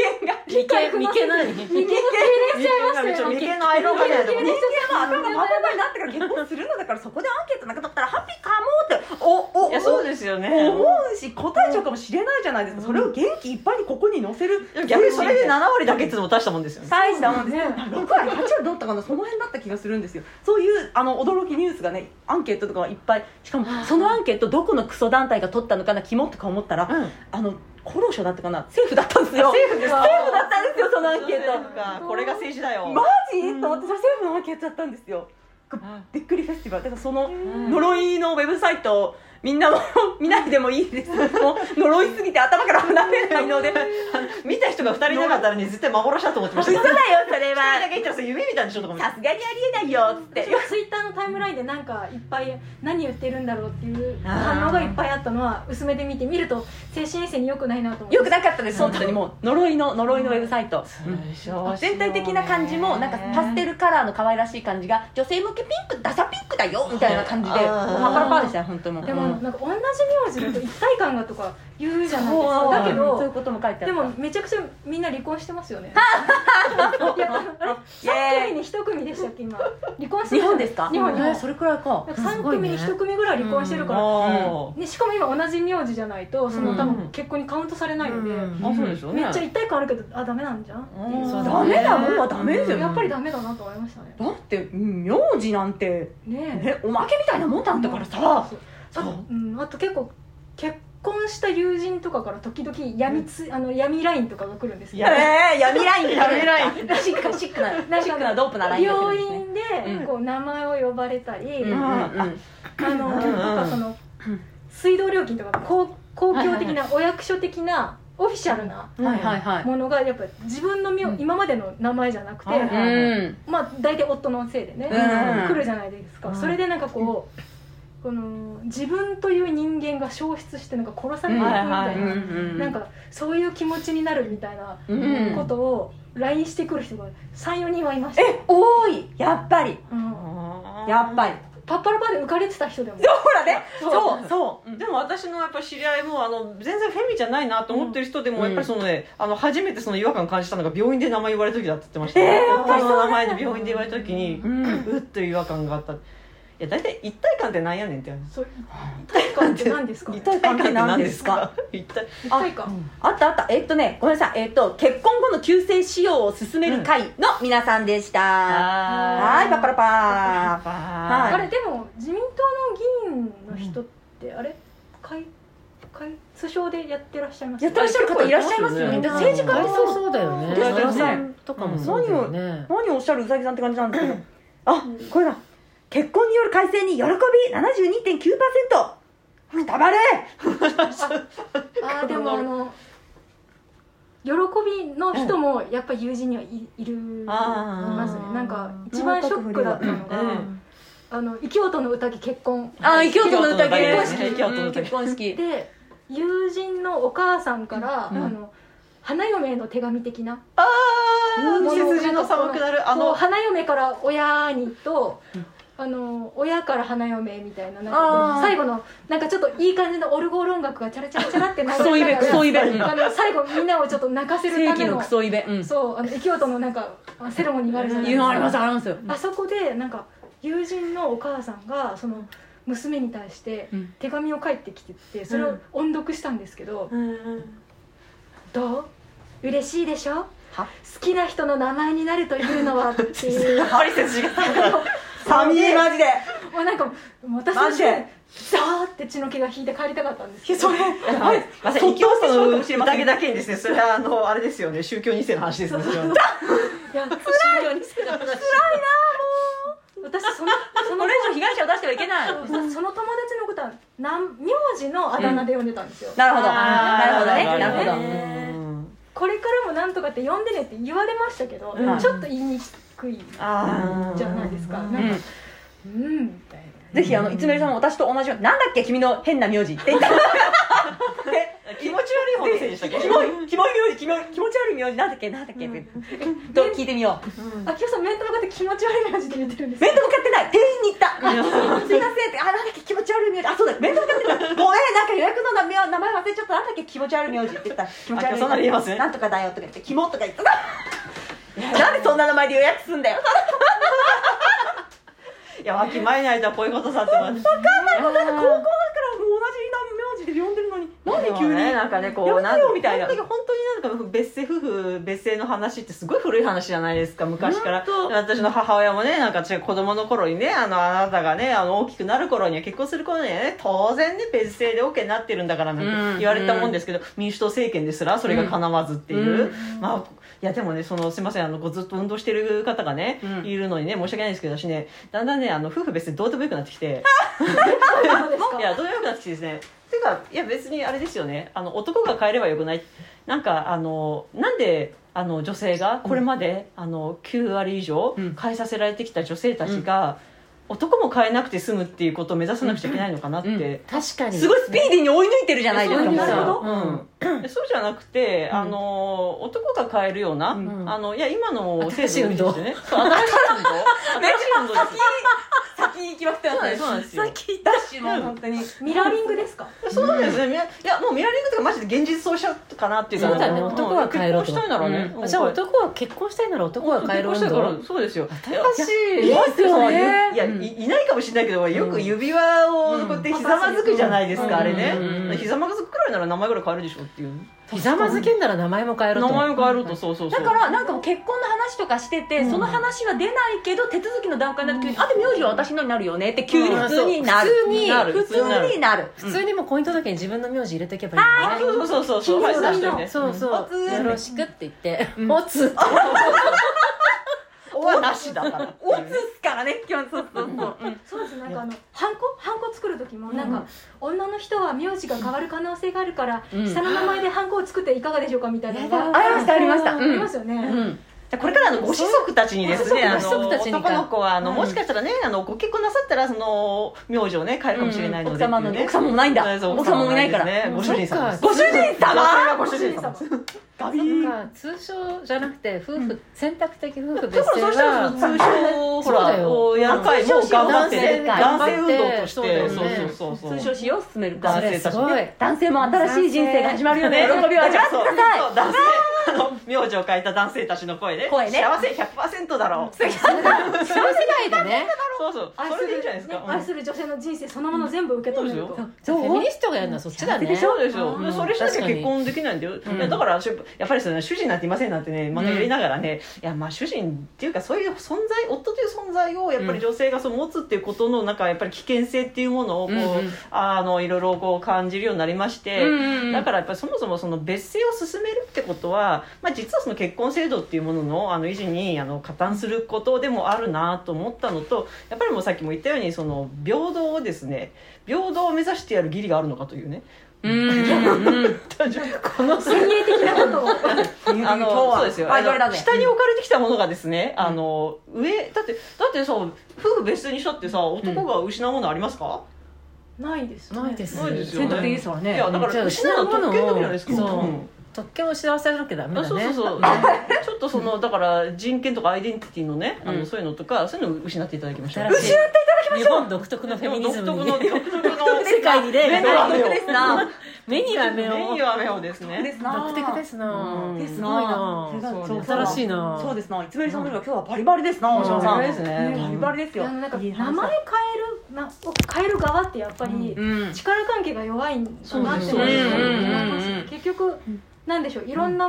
E: 眉間眉間何
D: 人間が痙攣しちゃいましたよ
C: 眉間のアイロンみたいなとこ
B: 人間は頭がパッパラパーになってから結婚するのだからそこでアンケートなんかだったらハッピーかもっておお
C: いやそう
B: す
C: ですよね
B: 思うし答えちゃうかもしれないじゃないですか、それを元気いっぱいにここに載せる
C: 逆にそれで
B: な
C: 7割だけっていうのも大したもんですよね
B: 大したもんですね6割8割だったかなその辺だった気がするんですよそういうあの驚きニュースがねアンケートとかはいっぱいしかもそのアンケートどこのクソ団体が取ったのかな肝とか思ったら、
C: うん
B: あの厚労省だったかな政府だったんですよ政府だったんですよそのアンケート
C: これが政治だよ
B: マジ、と思ってそれ政府のアンケートだったんですよびっくりフェスティバルだからその
C: ん
B: 呪いのウェブサイトをみんなも 見ないでもいいですもう呪いすぎて頭から離れないので
C: 見た人が2人いなかったらね絶対幻だと思ってました
B: 嘘だよそれ
C: あれだ
B: は
C: け言ったらそれ夢見たんでしょとか思って
B: さすがにありえないよっつって
D: ツイッターのタイムラインでなんかいっぱい何言ってるんだろうっていう反応がいっぱいあったのは薄めで見て見ると精神衛生に良くないなと思って
B: よくなかったです本当にもう呪いの呪いのウェブサイト全体的な感じもなんかパステルカラーの可愛らしい感じが女性向けピンクダサピンクだよみたいな感じでもう
C: あー
B: パラパラでしたよ本当にもう
D: でもなんか同じ名字だと一体感がとか言うじゃないです
B: そう
D: かだ
B: だ
D: け
B: けどそうい
D: ど
B: うことも書いてあ
D: で
B: る
D: もめちゃくちゃみんな離婚してますよ ねいやあれ
B: イエーイ
D: 3組に1組でしたっけ今離婚してます
B: 日本ですか
D: 日本日
E: え
D: 本
E: それくらいか
D: 3組に1組ぐらい離婚してるから、
C: あ
D: ね、しかも今同じ名字じゃないとその多
C: うん
D: 分結婚にカウントされないので、
C: ーあそうでしょうね
D: めっちゃ一体感あるけどあダメなんじゃん
C: うん
E: そう
B: ダ
E: だ
B: メ
E: ね
B: だもんはダメですよ
D: やっぱりダメだなと思いましたね
B: だってうん名字なんて
D: ね
B: ねおまけみたいなもんなんだからさ
D: そう
B: そう
D: あ,、うん、あと結構結婚した友人とかから時々闇つ、あの闇ラインとかが来るんですけど
C: や
B: えー闇ライン
C: 闇ライ
B: ンシックシックなシックなドープなラインだけど
D: 病
B: ね
D: 院で
B: うん
D: こう名前を呼ばれたり、
B: うんうんうん
D: あの
C: うん
D: なんかその水道料金とか公公共的なお役所的なオフィシャルな
E: はいはいはい
D: ものがやっぱ自分の名今までの名前じゃなくて、
C: はいはい
B: うん
D: まあ大体夫のせいでね、
B: うん
D: 来るじゃないですか、
C: うん
D: それでなんかこうこの自分という人間が消失してなんか殺されていくみたいな,、
C: はいはいうん
D: なんかそういう気持ちになるみたいな
B: うん
D: ことを LINE してくる人が34人はいました、
B: え多いやっぱり
D: うん
B: やっぱり
D: パッパラパで浮かれてた人でも
B: ほらね
D: そ
B: そうそう
C: でも私のやっぱ知り合いもあの全然フェミじゃないなと思ってる人でも、やっぱりそのねあの初めてその違和感感じたのが病院で名前言われた時だって言ってました、
B: えーやっぱりそう
C: この名前で病院で言われた時に、う
B: うん
C: っという違和感があったいや大体一体感ってなんやねんって話
D: そう一体感って 何ですか、ね
B: 一、体感って何ですか
C: 一体
D: 一体感
B: あったあったえっとねごめんなさいえっと結婚後の急性使用を進める会の皆さんでしたは
C: は
B: ーいパッパラパー
C: は
B: あ
C: い
D: あれでも自民党の議員の人ってあれ会会通称でやってらっしゃいます
B: やってらっしゃる方いらっしゃいますよね
C: 結構いますよね
B: 政治家って
E: そう
B: そう
E: そうだよね
B: ですよね
E: 奈良さんとかもそうだよね
B: 何をおっしゃるうさぎさんって感じなんですけどあこれだ結婚による改正に喜び72.9%くたばれ
D: あーでもあの喜びの人もやっぱり友人にはいいるい
C: あー
D: ますねなんか一番ショックだったのが
C: うん
D: 「あの異教徒の宴結婚」
B: あー京都の宴
C: ね
B: 結婚式
C: 京都の宴
B: 結婚式
D: で友人のお母さんから、
C: うん
D: あの花嫁への手紙的な
C: あ
D: も
C: あ
D: のを
C: 背筋の寒くなるあ
D: そう
C: の
D: 花嫁から親にと、あの親から花嫁みたいななんか
B: あー
D: 最後のなんかちょっといい感じのオルゴール音楽がチャラチャラチャラってな
B: クソイベクソイベ
D: あの最後みんなをちょっと泣かせる
B: 正
D: た
B: 規
D: め
B: の
D: の
B: クソイベうん
D: そうあの京都のなんかあセレモニーがあるじゃない
B: い
D: です
B: うの
D: か
B: ありますありますよ
D: あそこでなんか友人のお母さんがその娘に対して
B: うん
D: 手紙を書いてきててそれを音読したんですけど、どう嬉しいでしょ好
B: は
D: きな人の名前になるとい うのはっていう
C: やっぱり背筋が寒くなる
B: 寒いマジで
D: もうなんかもう私
B: マ
D: は
B: ジで
D: ザーって血の気が引いて帰りたかったんですけど
B: それ
C: はい、まさ
B: そ
C: に
B: っ
C: 異
B: と
C: 教
B: 押してしまうかもしれません
C: 徒の宴だけにですねそれはあのあれですよね宗教2世の話ですねそれは。
D: いや
B: 辛いにしてた
D: 私そのその
B: これ以上被害者を出してはいけない
D: その友達のことはなん名字のあだ名で呼んでたんですよ、
B: なるほど
C: あー
B: なるほどね
C: な
B: な
C: る
B: るほ
C: ほど
B: ど
C: うん
D: これからもなんとかって呼んでねって言われましたけど、
B: うん
D: ちょっと言いにくい
C: あー
D: じゃないですか、なんかうん、みたい
B: ぜひあのいつめりさんも私と同じようになんだっけ君の変な名字って言ったら
C: 気持ち悪いい方のせいでしたっけ
B: キモいキモい名字キモい気持ち悪い名字なんだっけなんだっけ、と聞いてみよう
D: 秋代さん面と向かって気持ち悪い感じで言ってるんです
B: 面と向かってない店員に行ったすいませんってあなんだっけ気持ち悪い名字あそうだ面と向かってないごめんなんか予約の名前名前忘れちゃったなんだっけ気持ち悪い名字って言ったら気持ち悪い名字
C: あそんなの言えますね
B: なんとかだよとか言ってキモとか言ったなんでそんな名前で予約すんだよ
C: いや脇前にあいたらこういうことさって思っ
B: な
C: て
B: んか高校だからもう同じ名字で呼んでるのになんで急に
C: ねなんかねこう
B: やめ
C: な
B: て
C: ん
B: よみたいな
C: 本当に本当になんか別姓夫婦別姓の話ってすごい古い話じゃないですか昔から私の母親もねなんか違う子供の頃にねあのあなたがねあの大きくなる頃には結婚する頃にはね当然ね別姓で OK になってるんだからなん
B: うん
C: て言われたもんですけど、民主党政権ですらそれが叶わずっていう、まあいやでもねそのすいませんあのこうずっと運動してる方がね、
B: うん
C: いるのにね申し訳ないんですけど私ねだんだんねあの夫婦別姓どうでもよくなってきて。いやどうでもよくなってきてですねていうかいや別にあれですよねあの男が変えればよくないなんかあのなんであの女性がこれまで、あの9割以上
B: うん
C: 変えさせられてきた女性たちが、男も変えなくて済むっていうことを目指さなくちゃいけないのかなって、
B: うんうん
E: 確かに
B: すごいスピーディーに追い抜いてるじゃないですか
C: そ
B: も
C: う
E: ん
B: う
E: なるほど
C: うんでそうじゃなくて、あの男が変えるような、
B: うん
C: あのいや今の
E: 新しい運動
C: 制度のですよねそう新しい運動新しい運動ですよ
B: 先行きましたよね
C: そうなんですよ
B: 先ダッシュの本当に
D: ミラーリングですか
C: そうですね、みないやもうミラーリングとかマジで現実そうしちゃうかなっていうか
E: そうだね
C: うん
E: 男は変えろと
C: 結婚したいならね、
E: うんあじゃあ男は結婚したいなら男は変えろ運
C: 結婚したい
E: 動
C: からそうですよ
E: し
C: いますよねいや
E: うん
C: いいないかもしれないけどよく指輪をこうやってひざまずくじゃないですか、
E: うん
C: あれね、
E: うん
C: ひざまずくくらいなら名前ぐらい変えるでしょっていう
E: ひざまずけんなら名前も変え
C: 名
E: ろと
C: 前を変えるとそうそうそ
B: だ
C: う
B: からなんかもう結婚の話とかしてて、その話は出ないけど手続きの段階になると急に「あで名字は私のになるよね」って急に
C: うん
B: 普通になる、
E: そう普通に
B: なる
C: 普
B: 普
C: 通になる
B: 通になる
E: 普通にもう婚姻届に自分の名字入れとけばいいんだね
C: そうそうそうそ
E: そ
C: う
E: う
C: はい
E: そう
C: そうしてね
E: そうそう
B: うん
E: よろしくって言って「おつ」
C: おはなしだから
B: おつすからね基本そうそうそう、うん
D: そうですなんかあのハンコハンコ作る時もなんか、女の人は名字が変わる可能性があるから、
B: うん
D: 下の名前でハンコを作っていかがでしょうかみたいなの
B: や
D: が
B: だありましたありましたうん
D: ありますよね、
B: うん
C: じゃあこれからあのご子息たちにですねあ
E: ご子息ご子
C: の
E: 息たちにか
C: 男の子はあのもしかしたらねあのご結婚なさったらその名字をね変えるかもしれないので
B: うん奥様の
C: っていうね
B: 奥様もないんだ
C: そうそう
B: 奥様もいないから
C: ですねご主人様です
E: そ
B: ご主人様
C: ご主人様
D: 様
C: ですガビ
E: なん
C: ー
E: か通称じゃなくて夫婦選択的夫婦
C: だ
E: 別
C: から
E: 姓
C: そうしたら
E: は
C: その通称ほ
E: そうだ
C: ら
E: よ
C: をやる会も頑張ってね
E: 男
C: 男
E: 性
C: 性運動とし
E: そうだよ
C: て
E: ね
C: そうそうそうそう
B: 通称使用を進める
C: 男
E: そ
C: 性
E: れすごい
B: 男性も新しい人生が始まるよね
C: ね
B: 喜びを味わって
C: そう
B: ください
C: そう男性あの名字を変えた男性たちの声ね
B: 声ね
C: 幸せ100%だろうそう
E: その世代でね
C: そう
D: 愛
C: そ
D: す
C: れ
D: る
C: でいいんじゃないです
D: ね
C: か
D: 愛する女性の人生そのもの全部受け止める
C: そ
D: と、
C: うです
E: フェミニストがやるの はそっちだね
C: でしょでしょ、
E: うん
C: それしなき
E: 確
C: ゃ
E: かに
C: 結婚できないんだよ、いやだからしやっぱりその主人なんていませんなんてねまたやりながらね、いやまあ主人っていうかそういう存在夫という存在をやっぱり女性がそう持つっていうことのなんかやっぱり危険性っていうものをこう、
B: うんうん
C: あのいろいろこう感じるようになりまして、
B: うんうんうん
C: だからやっぱりそもそもその別姓を進めるってことは、まあ、実はその結婚制度っていうもののあの維持にあの加担することでもあるなと思ったのとやっぱりもうさっきも言ったようにその平等をですね平等を目指してやる義理があるのかというね。単純にこの
D: 先鋭的なことを
C: あのそうですよ
B: あ
C: あ
B: 言われた
C: の
B: ね
C: 下に置かれてきたものがですね、あの上だってだってさ夫婦別姓にしたってさ男が失うものありますか、
D: ないです、
E: ないです
C: ないですよ
B: 選
C: ね
B: 択的ですからね
C: いやだか
E: じゃ
C: ら
E: あ
C: 失うのは特権だけじゃないですか、
E: 失うものを
C: ん
E: そう特権を幸せなきゃダメだ
C: あ
E: ね
C: そうそうそうちょっとそのだから人権とかアイデンティティのね、あ
B: う
C: の
B: ん
C: そういうのとかそういうのを失っていただきましょう
E: 失っていただきましょう日本独特のフ
C: で
E: ェ
C: も
E: ミニ
C: 独
E: ズ
C: 特
E: ム
C: の
E: に
C: 独特の
E: 世界に例
C: 目
E: がな
C: がないい
E: よ
C: よ
B: ですな
E: 目には目を
C: メイは目をですね
B: す
E: 独特ですな
C: うん
B: です
E: すごいな
B: なそれが
C: そう
B: そう
E: 新しいな
B: そうですないつめりさんのが今日はバリバリですな
C: 面
B: 大
C: 白
B: 島
C: い
B: さん
C: ですね
B: バリバリです
D: い
B: よ
D: やなんか
B: いい
D: 名前
B: 話
D: 変えるなを変える側ってやっぱり
B: うん
D: 力関係が弱いんだなって
C: そう
D: 思い
C: です
B: うんうんうん
D: ます結局なんでしょういろんな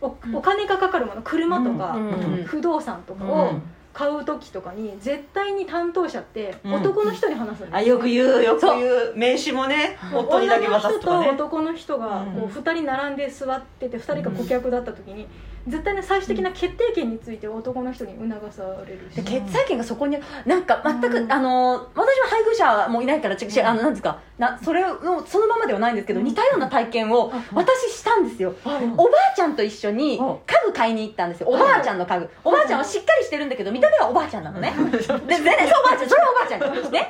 D: おお金がかかるもの車とか
E: うん
B: うん
D: 不動産とか
C: う
D: を
C: ん
D: 買う時とかに絶対に担当者って
C: うん
D: 男の人に話すん
C: あ
D: です
C: よく言うよく言う名刺もね夫にだけ
D: 女の
C: 渡
D: 人
C: すとか
D: と
C: ね
D: 男の人がこ
C: う
D: うん2人並んで座ってて2人が顧客だった時に絶対ね最終的な決定権について男の人に促される
B: で
D: し
B: 決裁権がそこになんか全く、
D: うん
B: あの私は配偶者もいないから違う違うあのなんですかなそれのそのままではないんですけど、似たような体験を私したんですよ、おばあちゃんと一緒に
C: うん
B: 家具買いに行ったんですよおばあちゃんの家具、おばあちゃんはしっかりしてるんだけど見た目はおばあちゃんなのね、で全然そうおばあちゃんそれはおばあちゃんねでね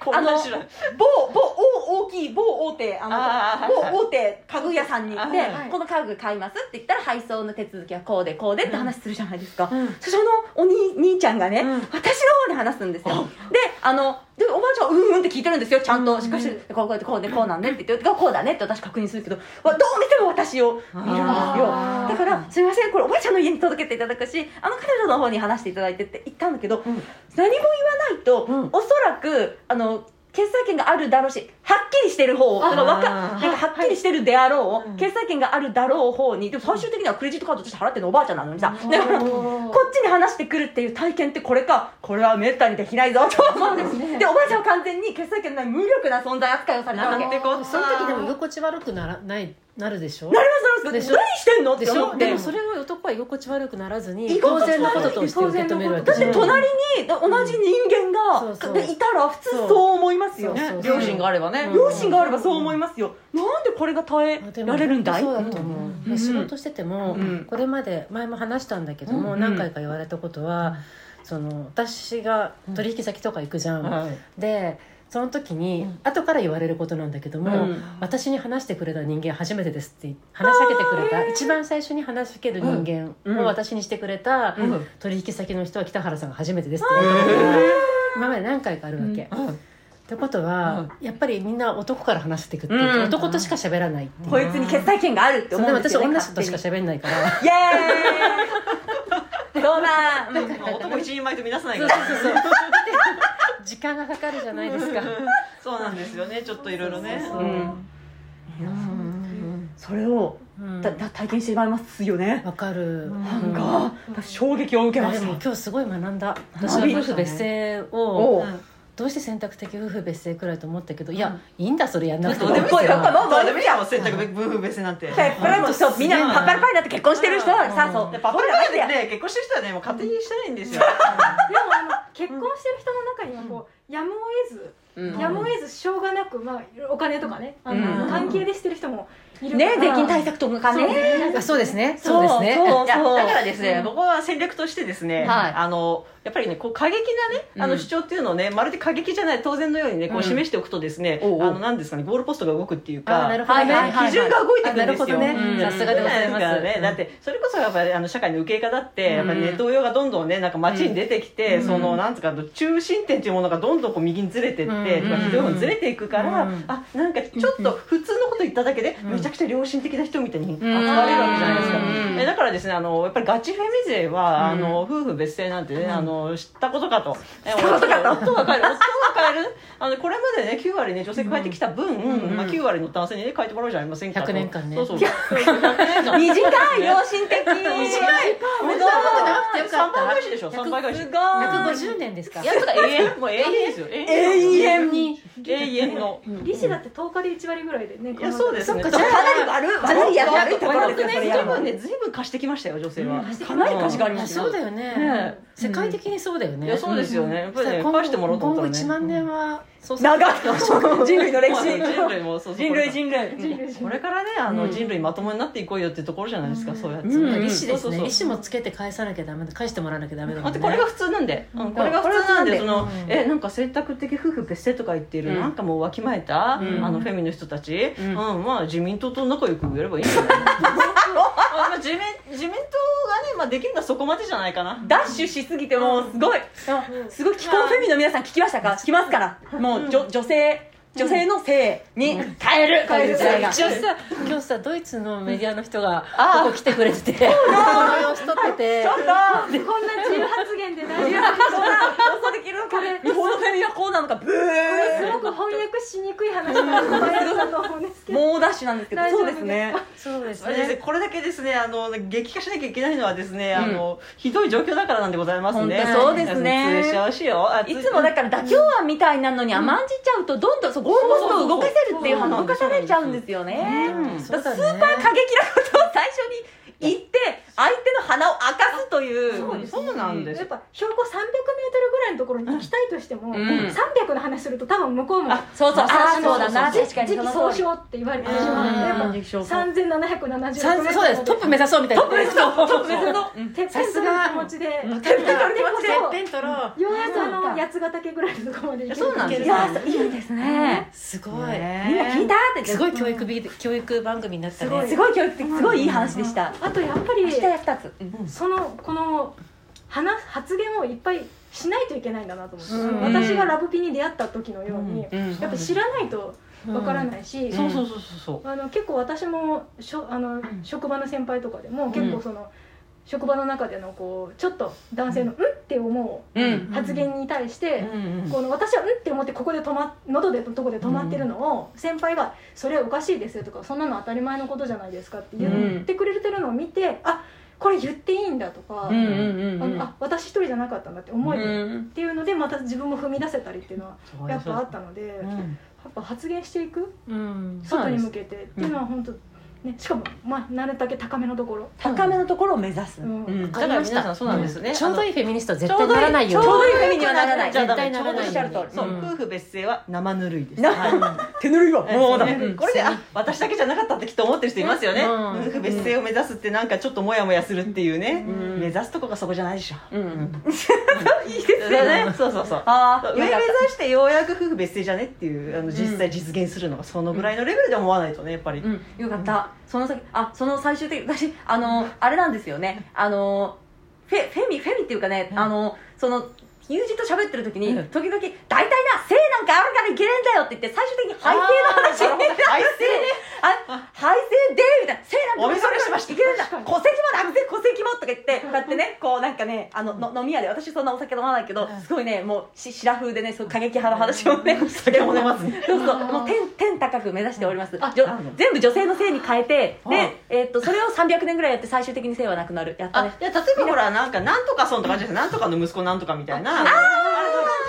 C: こん
B: あ
C: な
B: の
C: 知らん
B: 某某大大ききい某大手あ
C: あ
B: の
C: ー
B: 某大手家具屋さんに行って、
C: はい
B: この家具買いますって言ったら配送の手続きはこうでこうでって話するじゃないですか、
C: うん
B: そしたらそのお兄兄ちゃんがね、
C: うん
B: 私の方で話すんですよであのでおばあちゃんはうんうんって聞いてるんですよちゃんとしっかりしてるこうこうやってこうでこうなんでって言ってこうだねって私確認するけどわどう見ても私を見るんですよ
D: あー
B: だからすみませんこれおばあちゃんの家に届けていただくしあの彼女の方に話していただいてって言ったんだけど、
C: ん
B: 何も言わないと、
C: うん
B: おそらくあの決済権があるだろうしはっきりしてる方だ
C: あ
B: からわか
C: あー
B: なんかはっきりしてるであろう、
C: うん
B: 決済権があるだろう方にでも最終的にはクレジットカードとして払ってるのおばあちゃんなのにさ、だからこっちに話してくるっていう体験ってこれかこれはめったにできないぞと思うん ですでおばあちゃんは完全に決済権のない無力な存在扱いをされたわけ
C: なんてこった
E: その時でも居心地悪くならないなるでしょ
B: なりますなりま
E: でし
B: す
E: ょ
B: 何してんのっ
E: で
B: て
E: し
B: 思っ
E: ょ
B: て
E: でもそれを男は居心地悪くならずに
B: 居
E: 当
B: 心地悪い
E: 然のこととして受け止めるわけ
B: だっ
E: じゃ
B: て
E: ん
B: 隣に同じ人間
E: う
B: が
E: んそうそう
B: でいたら普通そう思いますよ
E: そうそう
C: ね両親があればね
E: うん
B: 両親があればそう思いますよなんでこれが耐
E: あ
B: え
E: でも
B: られるんだい
E: そうだと思う、
C: うん
E: 仕事してても、
C: うん
E: これまで前も話したんだけども、
C: うん
E: 何回か言われたことは、その私が取引先とか行くじゃん、
C: はい
E: でその時に、
C: うん
E: 後から言われることなんだけども、
C: うん
E: 私に話してくれた人間初めてですって話しかけてくれた、一番最初に話しかける人間を私にしてくれた、
C: うん
E: 取引先の人は北原さんが初めてですって言われたことが今まで何回かあるわけ、
B: うん
E: ってことは、やっぱりみんな男から話してくっていうか、
B: うん
E: 男としか喋らないっていう
B: こいつに決済権があるって
E: そう
B: 思
E: で
B: う
E: も
B: んで
E: 私
B: すよ、ね、
E: 女の子としか
B: 勝
E: 喋んない から
B: 手 にイエーイそうだうん
C: まあ男一人前と見なさない
E: そ
C: か
E: う
C: ら
E: そうそう時間がかかるじゃないですか
C: そうなんですよねちょっといろいろね
E: そう
B: う
E: うん
B: んそれを
E: うん
B: だだ体験してしまいますよね
E: わかる
B: なんか私衝撃を受け
E: あ
B: ま
E: で
B: し
E: も
B: た
E: 今日すごい学んだ私は夫婦別姓を
B: おう
E: どうして選択的夫婦別姓くらいと思ってけどいやいいんだそれやんなくて
C: どうでもいい
B: こう
C: じゃん
B: こうこう
C: どうでもいいじゃん洗濯別夫婦別なんて
B: ペッパラもそうみんなパッパラパーになって結婚してる人は
E: う
B: さ
E: ん
B: そう
C: でパパラパラでね結婚してる人はねもう勝手にしてないんですよ
D: でもあの結婚してる人の中にはこうやむを得ず、
B: うん
D: やむを得ずしょうがなく、まあ、お金とかねあの、
C: うん
D: 関係でしてる人もいる
B: ね税金対
D: 対
B: 策とかね
E: あそうですねそうですね
B: そう
C: いや
B: そう
C: だからですね、
B: うん
C: 僕は戦略としてですね、
B: はい
C: あのやっぱりねこう過激なねあ
B: う
C: の
B: ん
C: 主張っていうのをね、まるで過激じゃない当然のようにねこ
B: うん
C: う示しておくとですね、
B: おうおう
C: あのなんですかねゴールポストが動くっていう
E: あ
C: か
E: ーなるほどね、
B: はいはいはい
C: 基準が動いてくるんですよ
E: あなるほどね、
B: うん
E: さすがでございます、
C: だからね、だってそれこそやっぱりあの社会の受け方ってやっぱりネット用がどんどんねなんか街に出てきて、
B: うん
C: そのなんつうか中心点っていうものがどんどんこう右にずれてって、
E: うん
C: まあひどい方にずれていくから、
E: うん
C: あなんかちょっと普通のこと言っただけで、
E: うん
C: めちゃくちゃ良心的な人みたいに扱われるわけじゃないですか、
B: うん
C: えだからですねあのやっぱりガチフェミ勢は、
E: うん
C: あの夫婦別姓なんてね、
E: うん
C: あの知ったことかとえ
B: たことかと
C: 夫が変える夫が変えるあのこれまでね9割ね女性が変えてきた分、
B: うん
C: まあ、9割の男性にね変えてもらうじゃありませんかと
E: 100年間ね
C: そうそうそう
B: 短い良心的短い
C: 短
E: もうそんなことなくてよか
C: 3
E: った
C: 倍返しでしょ3倍返し
B: すご
E: 150年ですか
C: いやとか永遠もう永遠ですよ永
B: 永遠
E: に
C: 永遠の
D: 利子だって10日で1割ぐらいでね
C: いやそうですね
E: そっか
B: かなり悪い悪いや悪いところですよそれや
C: 随
B: るの
C: 分ね随分貸してきましたよ女性は、
B: かなり貸しがありま
E: あ
B: すよ
E: そうだよね、
C: ね
E: 世界的にそうだよね、
C: いやそうですよねやっぱりね返してもらおうと思ったらね
E: 今後1万年はそうする
B: 長い人類の歴史
C: 人類もそうそう
B: 人類人類
C: これからねあの人類まともになっていこうよってところじゃないですか、そうやって、
E: そうだ利子です
C: そうそう
E: ね
C: そう
E: 利子もつけて返さなきゃダメだ返してもらわなきゃダメだも
C: あ
E: ん
C: と
E: ね
C: これが普通なんで、うんこれが普通なんでその、
E: うん
C: えなんか選択的夫婦別姓とか言ってる、
B: うん
C: なんかもうわきまえた、
B: うん
C: あのフェミの人たち、
B: う
C: うんんまあ、自民党と仲良くやればいいんじ ゃないあまあ自民自民党がね、まあ、できるのはそこまでじゃないかな
B: ダッシュしすぎてもうすごいすごい気候フェミの皆さん聞きましたか聞きますからもうじょ女性女性の性に変える変える時代が
E: 一応さ今日さドイツのメディアの人がここ来てくれててこの様子撮ってて
B: ちょっと
D: こんな自由発言で大丈
B: そんな放送できるのかね日本のフェミはこうなのかブー
D: 夫すごく翻訳しにくい話が生まれると思うんですけど
B: 猛ダッシュなんですけど
D: 大丈
B: そ
D: 夫
B: うですね
E: そうです
C: あれですね
E: ね
C: これだけですねあの激化しなきゃいけないのはですね、
B: うん
C: あのひどい状況だからなんでございますね
B: 本当そうですね
C: 通しちゃうしよあ
B: いつもだから妥協案みたいなのに甘んじちゃうとどんどんそうゴールポストを動かせるっていう
C: そうそうそ
B: 動
C: う
B: かされちゃうんですよね
C: うん
E: そうだね
B: 過激なことを最初に言って相手の鼻を明かすという
D: そうです
C: そうなんです
D: やっぱ標高300メートルぐらいのところに行きたいとして
B: うん
D: も、300の話すると多分向こうも
B: あそうそう
D: あ
B: あそうだな
D: の時
B: 確かに
D: 時期
B: その
D: 総
B: 通り
D: 称って言われてしまってやっぱ
E: うん
D: 3776
E: 三
D: メー
E: 千 そうですトップ目指そうみたいなトップ目指そうトップ目指そう
D: てっぺん取る気持ちで
C: うん
D: てっぺん取る
E: ペン取ろう
D: 気持ちでようやくあの八ヶ岳ぐらいのところまで行ける
C: そうなんです
D: いや
C: よ
B: いいですね
E: すごい
B: みんな聞いたって
E: すごい教育ビデ教育番組になった
D: すごい
E: ね
B: すごい教育的すごいいい話でした
D: あとやっぱり
B: 下や二つ
D: そのこの話発言をいっぱいしないといけないんだなと思って、
C: うん
D: 私がラブピに出会った時のように、
C: うんうん
D: やっぱ知らないとわからないし、
C: そうそうそうそうそう
D: あの結構私もしょあの職場の先輩とかでも結構その、職場の中でのこうちょっと男性の「うん?」って思う
B: うん
D: 発言に対して、
C: うんうん
D: この私は「うん?」って思ってここで止ま喉でのとこで止まってるのを、先輩が「それはおかしいですよ」とか「そんなの当たり前のことじゃないですか」って言ってくれてるのを見て、あこれ言っていいんだとか、
B: うんうんう
D: あ
B: ん
D: のあ私一人じゃなかったんだって思える
B: うん
D: っていうのでまた自分も踏み出せたりっていうのはやっぱあったので、
C: う
D: や
C: ん
D: っぱ発言していく
E: うん
B: そうな
D: 外
B: んで
D: に
B: す
D: 向けてっていうのは本当、ねしかもまあなるだけ高めのところ、
B: 高めのところを目指す
D: うん
C: うんだから皆さんそうなんですね
E: ちょうどいいフェミニストは絶対
C: ちょうどい
E: ないらないよ
B: ちょうどいいフェミにはならない
E: 絶対ならない
B: ちょうどおっしゃる通り
C: そう、
E: うん
C: 夫婦別姓は生ぬるいです。
B: な
C: はい、手ぬるいわもうだ、
B: うん
C: これであ私だけじゃなかったってきっと思ってる人いますよね、
E: うん
C: 夫婦別姓を目指すってなんかちょっとモヤモヤするっていうね、
B: うん
C: 目指すとこがそこじゃないでしょ、
B: うん
C: いいですよねそうそうそう
B: ああ
C: 上目指してようやく夫婦別姓じゃねっていうあの実際実現するのがそのぐらいのレベルで思わないとねやっぱり、
B: うん、よかった、その先あその最終的私あのあれなんですよねあのフェフェミフェミっていうかね、あのその友人と喋ってる時に、
C: うん
B: 時々「大体な性なんかあるからいけねえんだよ」って言って最終的に「
C: あー
B: 背性の話」
C: なるほど背
B: あ背性で」みたいな「性なん
C: お見
B: か
C: それしました
B: いけるんだ戸籍もだめ戸籍も」とか言ってこうやってねこうなんかねあのの飲み屋で私そんなお酒飲まないけどすごいねもうし白風でねそう過激派の話をね
C: 酒も飲まずに
B: そうそう、もう天天高く目指しております。
C: あ
B: じょ
C: なるほど
B: 全部女性の性に変えて、
C: あ
B: で、えっとそれを300年ぐらいやって最終的に性はなくなる。やった
C: あ
B: ね。
C: いや例えばほらなんかなんとかそんとかじゃなくてなんとかの息子なんとかみたいなああれの感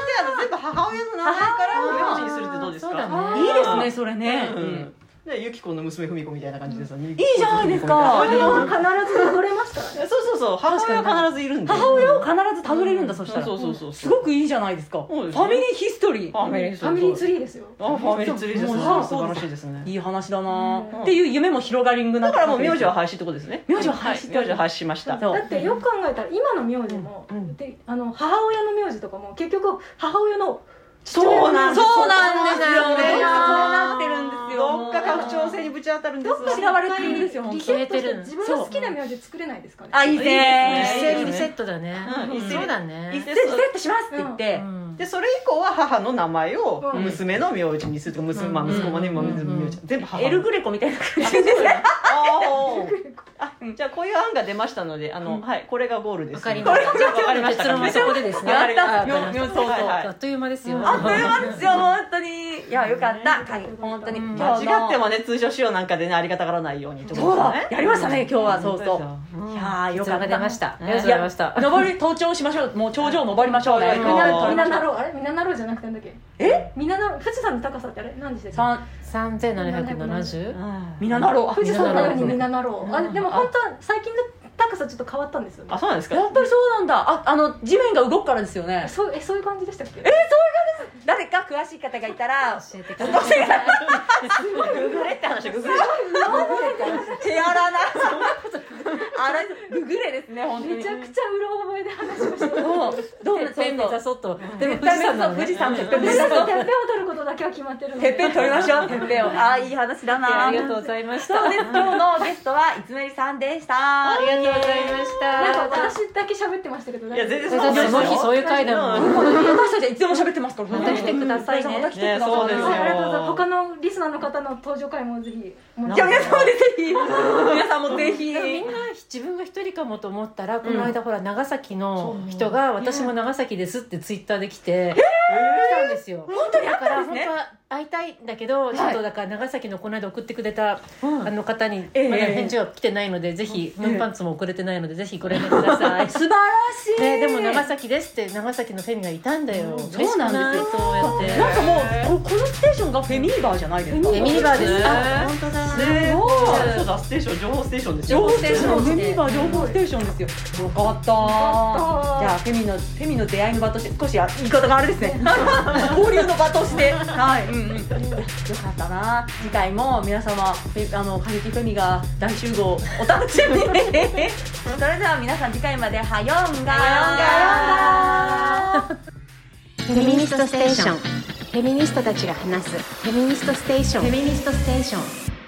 C: じであの全部母親の名前から名字にするってどうですか
E: そうだね
C: あー
B: いいですね、それね。
C: うんでゆきこの娘ふみこみたいな感じでさ、いい
B: いじゃないですか
D: これは必ず取れますからね
C: そうそうそう母親は必ずいるんで
B: 母親を必ずたどれるんだ、そしたら。
C: そうそうそうそう
B: すごくいいじゃないですか。フ
C: そうですね
B: ァミリーヒストリ
C: ファミ
B: ー。
C: リー
D: ファミリーツリーですよ
C: あファミリーツリーですね
B: そう
C: 素晴らしいですね
B: いい話だな
C: うん
B: っていう夢も広がりんぐな
C: だからもう名字は廃止ってことですね
B: 名字は廃止
C: い名字は廃止しました
B: そう
D: だってよく考えたら今の名字も、
C: うん
D: であの母親の名字とかも結局母親の
C: そうなんです
B: そうなんですよね。
C: そう
B: な
C: なん
B: っ
C: ん
B: て
C: です
B: るんですよ。
C: どっか拡張性にぶち当たるんです
B: どっかに嫌われてるんですよ、本
D: リ
B: 当に。
D: セットし
E: 消えて
D: て
E: る
D: 自分の好きな名字作れないですかね
B: あ、いい
C: えー
E: 一
C: いい
B: ね
E: 斉にリセットだね
C: うん一斉に
E: そうだ
C: 一
E: ね
C: 斉
B: リセットしますって言って、
E: うん
C: でそれ以降は母の名前を
D: うん
C: 娘の名字にするとか娘まあ
E: うん
C: 息子もね今
E: うん
C: 娘の名字全部母
B: エルグレコみたいな感じですね
C: ああ ーじゃあこういう案が出ましたのであのはいこれがゴールです
E: わかりました
C: これがわかりました
E: 結論はそこでですね
B: やった
E: あ
B: みょみょそうそう
C: はいはい
E: あっという間ですよ
B: あっという間ですよ本当にいやよかった本当に
E: うん
B: 今日の
C: 間違ってもね通称使用なんかでねありがたがらないようにって
B: そ
C: こ
B: う
C: と
B: だ
C: ね
B: やりましたね今日はそうそう
C: う
B: い
C: ん
B: やーよ
E: 結
B: か
E: 論
B: った
E: が出ましたありがとうご
B: い
E: ざいま
B: や
E: した
B: 登り登頂しましょうもう頂上登りましょうね
C: 登り
D: みん
C: ましょう
D: なみんななろうあれみんななろうじゃなくてなんだっけ
B: え
D: みんななろう富士山の高さってあれ何でしたっ
B: 三
E: 3770
B: みんななろうあ
D: け富士山のようにみ
B: や
D: んななろうあれでも本当は最近の高さちょっと変わったんですよね
C: あそうなんですか
B: っぱりそうなんだああの地面が動くからですよね
D: そうえそういう感じでしたっけ
B: 誰か詳しい方がいたら
E: 教えてください
C: ググレって話ググレ
B: 手荒なあれググレですね本当に
D: めちゃくちゃうろ覚えで話し ました
B: どうどう
E: てっぺん目指そうとでも富
B: 絶
E: 士
B: 対
E: 山なのね
B: 富士山てっぺん
D: み
B: 目
D: ん
B: 指
D: な
B: そう
D: とてっぺんを取ることだけは決まってるの
B: て
D: で
B: っぺん取りましょうてっぺんをああいい話だな
E: ありがとうございました
B: そうです今日のゲストはいつめりさんでした
E: ありがとうございました
D: なんか私だけ喋ってましたけど
C: いや全然
E: だってその日そういう回だもん
B: 私たちはいつでも喋ってますから
E: また来てくださいね
B: また来てください
C: ねそうですよ
D: はいありがとうございます他のリスナーの方の登場回もぜひお待
B: いや
D: ちして
B: 皆さんもぜ ひ皆
E: で
B: さんもぜひ
E: もみんな自分が一人かもと思ったらこの間ほら長崎の人が「私も長崎です」ってツイッターで来て来たんですよ
B: 本当にあったんですね
E: だから本当は会いたいんだけどちょっとだから長崎のこの間送ってくれた、
C: うん
E: あの方に
C: ええ
E: まだ返事は来てないので、ぜひ
C: え
E: 運搬ツも送れてないのでぜひご連絡ください
B: 素晴らしい、
E: ね、でも長崎ですって長崎のフェミがいたんだよ、
C: うん
E: 嬉しくい
B: そうなんですよ
E: そうや
B: な
E: っ
B: んかもうここのステーションがフェミーバーじゃないですか
E: てフェミニバーです、
C: ね
E: あ本当だ
C: ね
B: ごい
C: そうだステーション情報ステーションです
B: 情
C: よ
B: 報ステーション
E: 情報ステーション
B: フェミーバー情報ステーションですよよかったじゃあフェミのフェミの出会いの場として少しあ言い方があれです ね交流の場としてはい、うんうん、よかったな次回も皆様フェあの過激フェミが大集合お楽しみ にそれでは皆さん次回まではよんがはよんが
A: フェミニストステーションフェミニストたちが話すフェミニストステーションフェミニストステーション